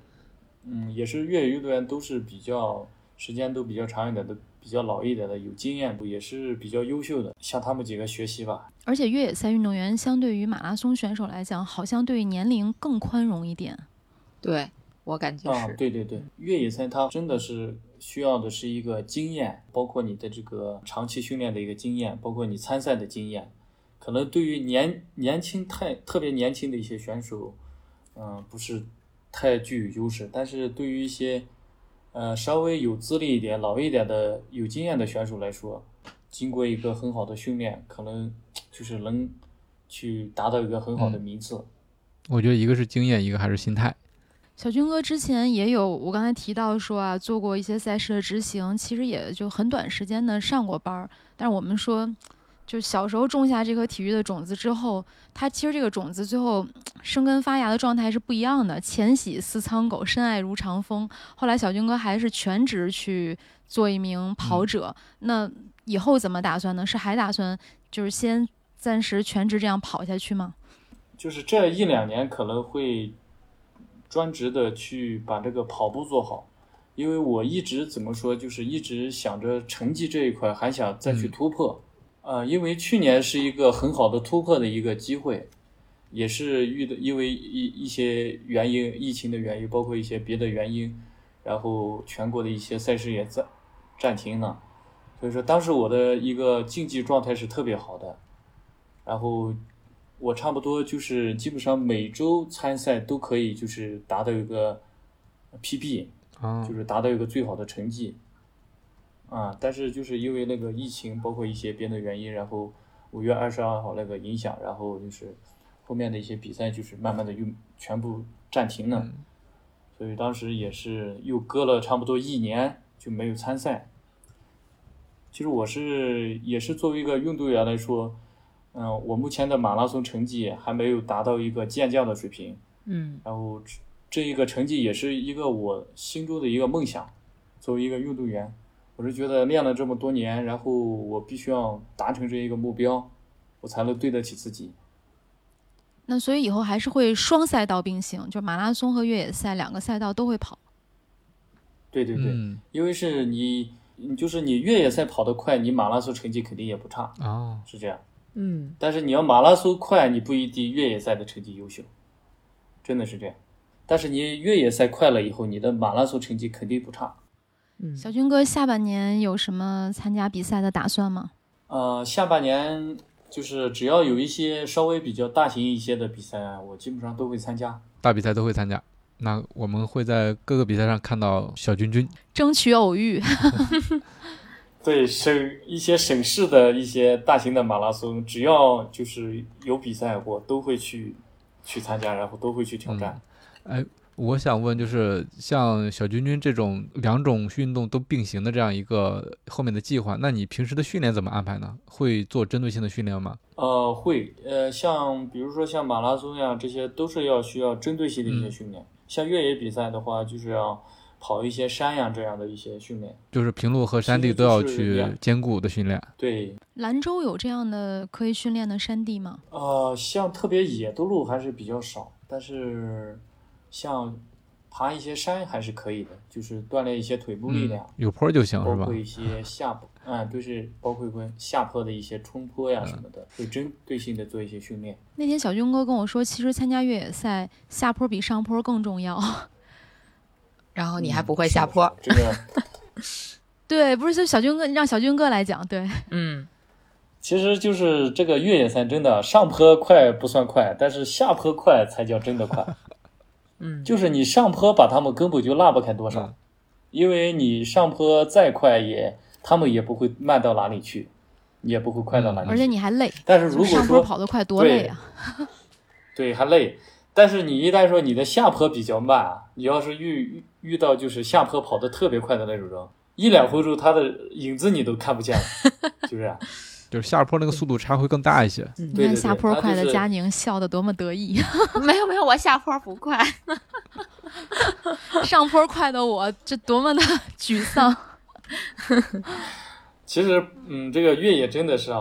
[SPEAKER 4] 嗯，也是越野运动员都是比较时间都比较长一点的，比较老一点的，有经验的，也是比较优秀的，向他们几个学习吧。
[SPEAKER 1] 而且越野赛运动员相对于马拉松选手来讲，好像对年龄更宽容一点。
[SPEAKER 2] 对我感觉
[SPEAKER 4] 啊，
[SPEAKER 2] 是，
[SPEAKER 4] 对对对，越野赛它真的是需要的是一个经验，包括你的这个长期训练的一个经验，包括你参赛的经验。可能对于年年轻太特别年轻的一些选手，嗯、不是太具有优势，但是对于一些呃稍微有资历一点、老一点的有经验的选手来说，经过一个很好的训练，可能就是能去达到一个很好的名次。
[SPEAKER 3] 我觉得一个是经验，一个还是心态。
[SPEAKER 1] 小军哥之前也有，我刚才提到说啊，做过一些赛事的执行，其实也就很短时间的上过班儿。但是我们说，就小时候种下这颗体育的种子之后，它其实这个种子最后生根发芽的状态是不一样的。浅喜似苍狗，深爱如长风。后来小军哥还是全职去做一名跑者。那以后怎么打算呢？是还打算就是先暂时全职这样跑下去吗？
[SPEAKER 4] 就是这一两年可能会专职的去把这个跑步做好，因为我一直怎么说，就是一直想着成绩这一块还想再去突破，呃，因为去年是一个很好的突破的一个机会，也是遇的，因为一一些原因，疫情的原因，包括一些别的原因，然后全国的一些赛事也暂暂停了，所以说当时我的一个竞技状态是特别好的，然后我差不多就是基本上每周参赛都可以就是达到一个 PB，
[SPEAKER 3] 啊
[SPEAKER 4] 就，是达到一个最好的成绩。啊，但是就是因为那个疫情，包括一些别的原因，然后五月二十二号那个影响，然后就是后面的一些比赛就是慢慢的又全部暂停了，
[SPEAKER 3] 嗯
[SPEAKER 4] 所以当时也是又隔了差不多一年就没有参赛。其实我是也是作为一个运动员来说，嗯、我目前的马拉松成绩还没有达到一个健将的水平，
[SPEAKER 2] 嗯
[SPEAKER 4] 然后这这一个成绩也是一个我心中的一个梦想。作为一个运动员，我是觉得练了这么多年，然后我必须要达成这一个目标，我才能对得起自己。
[SPEAKER 1] 那所以以后还是会双赛道并行，就马拉松和越野赛两个赛道都会跑。
[SPEAKER 4] 对对对，
[SPEAKER 3] 嗯
[SPEAKER 4] 因为是你，你就是你越野赛跑得快，你马拉松成绩肯定也不差，
[SPEAKER 3] 啊，
[SPEAKER 4] 是这样。
[SPEAKER 2] 嗯，
[SPEAKER 4] 但是你要马拉松快，你不一定越野赛的成绩优秀，真的是这样。但是你越野赛快了以后，你的马拉松成绩肯定不差。
[SPEAKER 2] 嗯
[SPEAKER 1] 小军哥，下半年有什么参加比赛的打算吗？
[SPEAKER 4] 呃，下半年就是只要有一些稍微比较大型一些的比赛，啊我基本上都会参加。
[SPEAKER 3] 大比赛都会参加。那我们会在各个比赛上看到小君君。
[SPEAKER 1] 争取偶遇。
[SPEAKER 4] 对省一些省市的一些大型的马拉松，只要就是有比赛，我都会去去参加，然后都会去挑战。
[SPEAKER 3] 哎，我想问，就是像小君君这种两种运动都并行的这样一个后面的计划，那你平时的训练怎么安排呢？会做针对性的训练吗？
[SPEAKER 4] 呃，会，呃，像比如说像马拉松呀，这些都是要需要针对性的一些
[SPEAKER 3] 嗯
[SPEAKER 4] 训练。像越野比赛的话，就是要跑一些山呀这样的一些训练。
[SPEAKER 3] 就是平路和山地
[SPEAKER 4] 其实
[SPEAKER 3] 都要
[SPEAKER 4] 就是
[SPEAKER 3] 去
[SPEAKER 4] 两
[SPEAKER 3] 兼顾的训练。
[SPEAKER 4] 对，
[SPEAKER 1] 兰州有这样的可以训练的山地吗？
[SPEAKER 4] 呃，像特别野的路还是比较少，但是像爬一些山还是可以的，就是锻炼一些腿
[SPEAKER 2] 嗯
[SPEAKER 4] 部力量，
[SPEAKER 3] 嗯有坡儿就行
[SPEAKER 4] 包
[SPEAKER 3] 是吧
[SPEAKER 4] 括？一些下坡，嗯，就是包括一些下坡的一些冲坡
[SPEAKER 2] 嗯
[SPEAKER 4] 呀什么的，会针对性的做一些训练。
[SPEAKER 1] 那天小军哥跟我说，其实参加越野赛下坡比上坡更重要。
[SPEAKER 2] 然后哦你
[SPEAKER 4] 嗯
[SPEAKER 2] 还不会
[SPEAKER 4] 是
[SPEAKER 2] 下
[SPEAKER 4] 的
[SPEAKER 2] 坡，
[SPEAKER 4] 是的这个
[SPEAKER 1] 对，不是就小军哥，让小军哥来讲。对，
[SPEAKER 2] 嗯
[SPEAKER 4] 其实就是这个越野赛，真的上坡快不算快，但是下坡快才叫真的 快。
[SPEAKER 2] 嗯，
[SPEAKER 4] 就是你上坡把他们根本就拉不开多少，
[SPEAKER 3] 嗯
[SPEAKER 4] 因为你上坡再快也，他们也不会慢到哪里去，也不会快到哪里去。
[SPEAKER 1] 嗯而且你还累，
[SPEAKER 4] 但是如果
[SPEAKER 1] 上坡
[SPEAKER 4] 说
[SPEAKER 1] 跑得快多累啊！
[SPEAKER 4] 对还累，但是你一旦说啊你的下坡比较慢，你要是遇遇遇到就是下坡跑得特别快的那种人，一两分钟他的影子你都看不见 了，就这样。
[SPEAKER 3] 就是下坡那个速度差会更大一些。
[SPEAKER 2] 嗯
[SPEAKER 1] 你
[SPEAKER 4] 对
[SPEAKER 1] 看
[SPEAKER 4] 对
[SPEAKER 1] 下坡
[SPEAKER 4] 他
[SPEAKER 1] 快
[SPEAKER 4] 就
[SPEAKER 1] 的
[SPEAKER 4] 是
[SPEAKER 1] 佳宁笑得多么得意，啊
[SPEAKER 2] 没有没有，我下坡不快。
[SPEAKER 1] 上坡快的我这多么的沮丧。
[SPEAKER 4] 其实，嗯，这个越野真的是啊，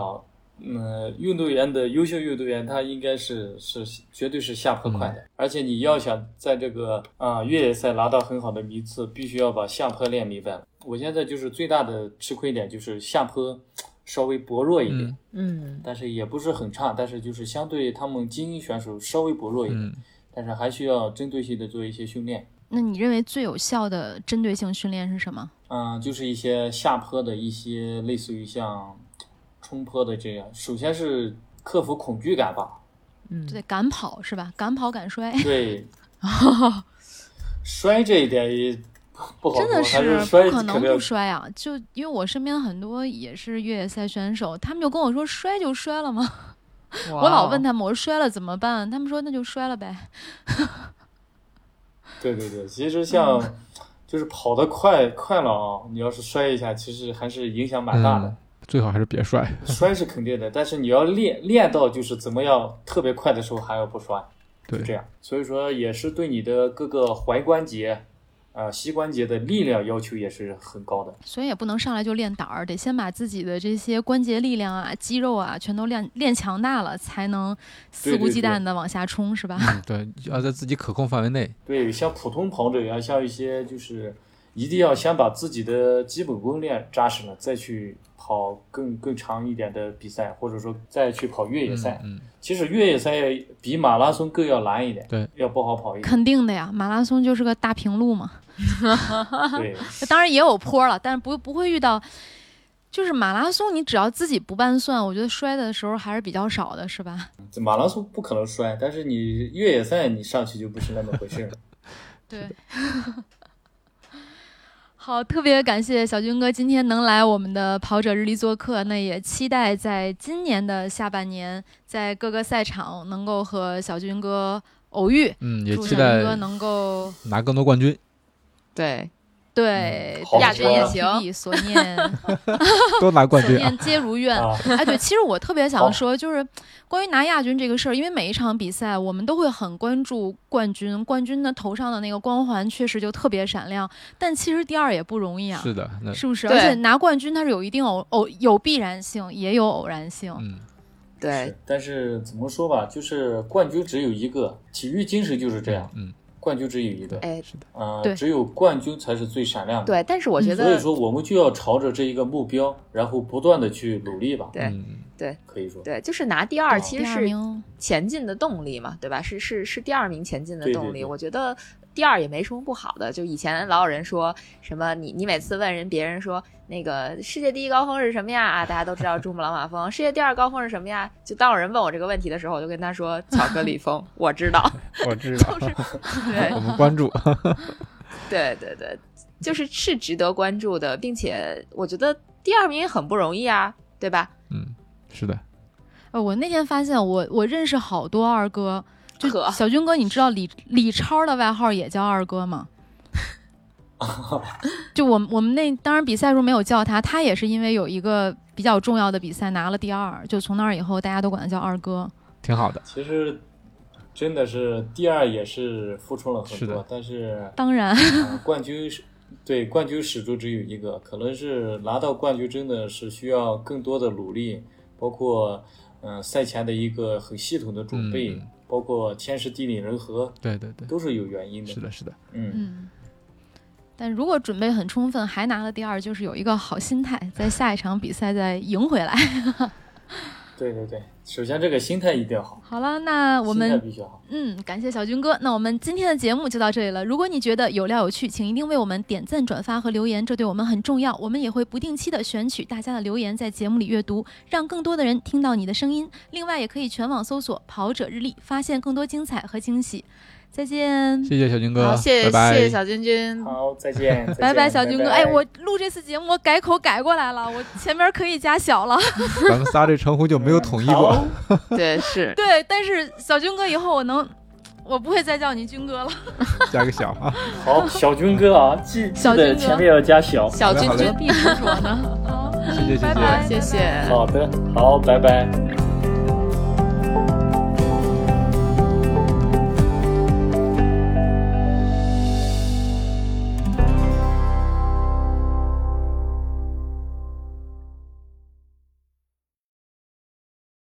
[SPEAKER 4] 嗯，运动员的优秀运动员，他应该是是绝对是下坡快的，
[SPEAKER 3] 嗯
[SPEAKER 4] 而且你要想在这个啊、越野赛拿到很好的名次，必须要把下坡练明白了。我现在就是最大的吃亏点就是下坡稍微薄弱一点，
[SPEAKER 3] 嗯
[SPEAKER 2] 嗯
[SPEAKER 4] 但是也不是很差，但是就是相对他们精英选手稍微薄弱一点，
[SPEAKER 3] 嗯，
[SPEAKER 4] 但是还需要针对性的做一些训练。
[SPEAKER 1] 那你认为最有效的针对性训练是什么？
[SPEAKER 4] 嗯，就是一些下坡的一些类似于像冲坡的这样，首先是克服恐惧感吧，
[SPEAKER 2] 嗯，
[SPEAKER 1] 对，赶跑是吧？赶跑赶摔，
[SPEAKER 4] 对，摔这一点也不不好
[SPEAKER 1] 真
[SPEAKER 4] 说，
[SPEAKER 1] 的
[SPEAKER 4] 还是摔
[SPEAKER 1] 不可能
[SPEAKER 4] 定
[SPEAKER 1] 不摔啊！就因为我身边很多也是越野赛选手，他们就跟我说摔就摔了嘛。我老问
[SPEAKER 2] 他，
[SPEAKER 1] 他们，我说摔了怎么办？他们说那就摔了呗。
[SPEAKER 4] 对对对，其实像
[SPEAKER 1] 嗯
[SPEAKER 4] 就是跑得快快了啊，你要是摔一下，其实还是影响蛮大的。
[SPEAKER 3] 嗯最好还是别摔。
[SPEAKER 4] 摔是肯定的，但是你要练练到就是怎么样特别快的时候还要不摔，
[SPEAKER 3] 对
[SPEAKER 4] 就这样。所以说也是对你的各个踝关节、呃膝关节的力量要求也是很高的。
[SPEAKER 1] 所以也不能上来就练胆儿，得先把自己的这些关节力量啊、肌肉啊全都练练强大了，才能肆
[SPEAKER 4] 对
[SPEAKER 1] 无
[SPEAKER 4] 对
[SPEAKER 1] 忌
[SPEAKER 4] 对
[SPEAKER 1] 惮的往下冲，是吧？
[SPEAKER 3] 嗯，对，要在自己可控范围内。
[SPEAKER 4] 对，像普通跑者呀，像一些就是一定要先把自己的基本功练扎实了，再去跑更更长一点的比赛，或者说再去跑越野赛。
[SPEAKER 3] 嗯，
[SPEAKER 4] 其实越野赛比马拉松更要难一点，
[SPEAKER 3] 对，
[SPEAKER 4] 要不好 跑一点。
[SPEAKER 1] 肯定的呀，马拉松就是个大平路嘛。
[SPEAKER 4] 对，
[SPEAKER 1] 当然也有坡了，但是不不会遇到，就是马拉松，你只要自己不拌算，我觉得摔的时候还是比较少的，是吧？
[SPEAKER 4] 马拉松不可能摔，但是你越野赛你上去就不是那么 回事儿了。
[SPEAKER 1] 对。好，特别感谢小军哥今天能来我们的跑者日历做客，那也期待在今年的下半年，在各个赛场能够和小军哥偶遇，
[SPEAKER 3] 嗯，也
[SPEAKER 1] 祝
[SPEAKER 3] 期
[SPEAKER 1] 小军
[SPEAKER 3] 待
[SPEAKER 1] 哥能够
[SPEAKER 3] 拿更多冠军，
[SPEAKER 2] 对，
[SPEAKER 1] 对
[SPEAKER 4] 好
[SPEAKER 2] 亚军也
[SPEAKER 1] 所
[SPEAKER 2] 行
[SPEAKER 1] 念所 念
[SPEAKER 3] 都拿冠
[SPEAKER 1] 所
[SPEAKER 3] 军啊。
[SPEAKER 1] 念皆如愿。
[SPEAKER 4] 啊，
[SPEAKER 1] 哎，对，其实我特别想
[SPEAKER 4] 好
[SPEAKER 1] 说，就是关于拿亚军这个事儿，因为每一场比赛我们都会很关注冠军，冠军的头上的那个光环确实就特别闪亮，但其实第二也不容易啊，
[SPEAKER 3] 是的，那
[SPEAKER 1] 是不是？而
[SPEAKER 2] 对
[SPEAKER 1] 且拿冠军它是有一定偶偶有必然性，也有偶然性。
[SPEAKER 3] 嗯，
[SPEAKER 2] 对
[SPEAKER 4] 是，但是怎么说吧，就是冠军只有一个，体育精神就是这样，
[SPEAKER 3] 嗯，
[SPEAKER 4] 冠军只有一个，
[SPEAKER 2] 哎
[SPEAKER 3] 是的，
[SPEAKER 4] 啊，
[SPEAKER 1] 对
[SPEAKER 4] 只有冠军才是最闪亮的。
[SPEAKER 2] 对，但是
[SPEAKER 1] 嗯
[SPEAKER 2] 我觉
[SPEAKER 4] 所以
[SPEAKER 2] 得，
[SPEAKER 4] 说，我们就要朝着这一个目标，然后不断的去努力吧。
[SPEAKER 2] 对
[SPEAKER 3] 嗯，
[SPEAKER 4] 可以说，
[SPEAKER 2] 对，就是拿第二
[SPEAKER 4] 哦
[SPEAKER 2] 其
[SPEAKER 1] 第
[SPEAKER 2] 实
[SPEAKER 1] 二
[SPEAKER 2] 是
[SPEAKER 1] 名，
[SPEAKER 2] 前进的动力嘛，对吧？是是是第二名前进的
[SPEAKER 4] 对对
[SPEAKER 2] 动力。
[SPEAKER 4] 对
[SPEAKER 2] 我觉得第二也没什么不好的。就以前老有人说什么你，你每次问人别人说那个世界第一高峰是什么呀？啊，大家都知道珠穆朗玛峰。世界第二高峰是什么呀？就当有人问我这个问题的时候，我就跟他说巧克力峰，我知道。
[SPEAKER 3] 我知道，
[SPEAKER 2] 对
[SPEAKER 3] 我 们关注。
[SPEAKER 2] 对对对，就是是值得关注的，并且我觉得第二名也很不容易啊，对吧？
[SPEAKER 3] 嗯，是的，
[SPEAKER 1] 呃，我那天发现我我认识好多二哥，就
[SPEAKER 2] 呵
[SPEAKER 1] 小军哥，你知道李李超的外号也叫二哥吗？就我们我们那当然比赛时候没有叫他，他也是因为有一个比较重要的比赛拿了第二，就从那儿以后大家都管他叫二哥。
[SPEAKER 3] 挺好的。
[SPEAKER 4] 其实真的是第二也是付出了
[SPEAKER 3] 是
[SPEAKER 4] 很
[SPEAKER 3] 的
[SPEAKER 4] 多，但是、
[SPEAKER 1] 当然，
[SPEAKER 4] 呃冠军是。对，冠军始终只有一个，可能是拿到冠军真的是需要更多的努力，包括嗯、呃赛前的一个很系统的准备，
[SPEAKER 3] 嗯
[SPEAKER 4] 包括天时地利人和，
[SPEAKER 3] 对对对，
[SPEAKER 4] 都是有原因的。
[SPEAKER 3] 是的，是的，
[SPEAKER 4] 嗯，
[SPEAKER 1] 嗯，但如果准备很充分，还拿了第二，就是有一个好心态，在下一场比赛再赢回来。
[SPEAKER 4] 对对对，首先这个心态一定要好，
[SPEAKER 1] 好了，那我
[SPEAKER 4] 心
[SPEAKER 1] 们
[SPEAKER 4] 态必须好。
[SPEAKER 1] 嗯，感谢小军哥。那我们今天的节目就到这里了。如果你觉得有料有趣，请一定为我们点赞、转发和留言，这对我们很重要。我们也会不定期的选取大家的留言，在节目里阅读，让更多的人听到你的声音。另外，也可以全网搜索“跑者日历”，发现更多精彩和惊喜。再见，
[SPEAKER 3] 谢谢小军哥，
[SPEAKER 2] 好，谢谢
[SPEAKER 3] 嗯拜拜
[SPEAKER 2] 谢谢小君君，
[SPEAKER 4] 好，再见，再见
[SPEAKER 1] 嗯拜拜，小军哥。
[SPEAKER 4] 拜
[SPEAKER 1] 哎，我录这次节目，我改口改过来了，我前面可以加小了。
[SPEAKER 3] 咱们仨这称呼就没有统一过。
[SPEAKER 4] 好
[SPEAKER 2] 对是。
[SPEAKER 1] 对，但是小军哥以后我能。我不会再叫你军哥了。
[SPEAKER 3] 加个小啊，
[SPEAKER 4] 好，小军哥啊，记记
[SPEAKER 1] 小军
[SPEAKER 4] 得
[SPEAKER 1] 哥
[SPEAKER 4] 前面要加小。
[SPEAKER 2] 小
[SPEAKER 3] 好嘞
[SPEAKER 2] 君
[SPEAKER 3] 好嘞
[SPEAKER 2] 君
[SPEAKER 1] 何必执着呢？好，
[SPEAKER 3] 谢谢谢
[SPEAKER 1] 拜拜
[SPEAKER 2] 谢
[SPEAKER 3] 谢。
[SPEAKER 2] 谢。
[SPEAKER 4] 好的，好，拜拜。
[SPEAKER 1] 拜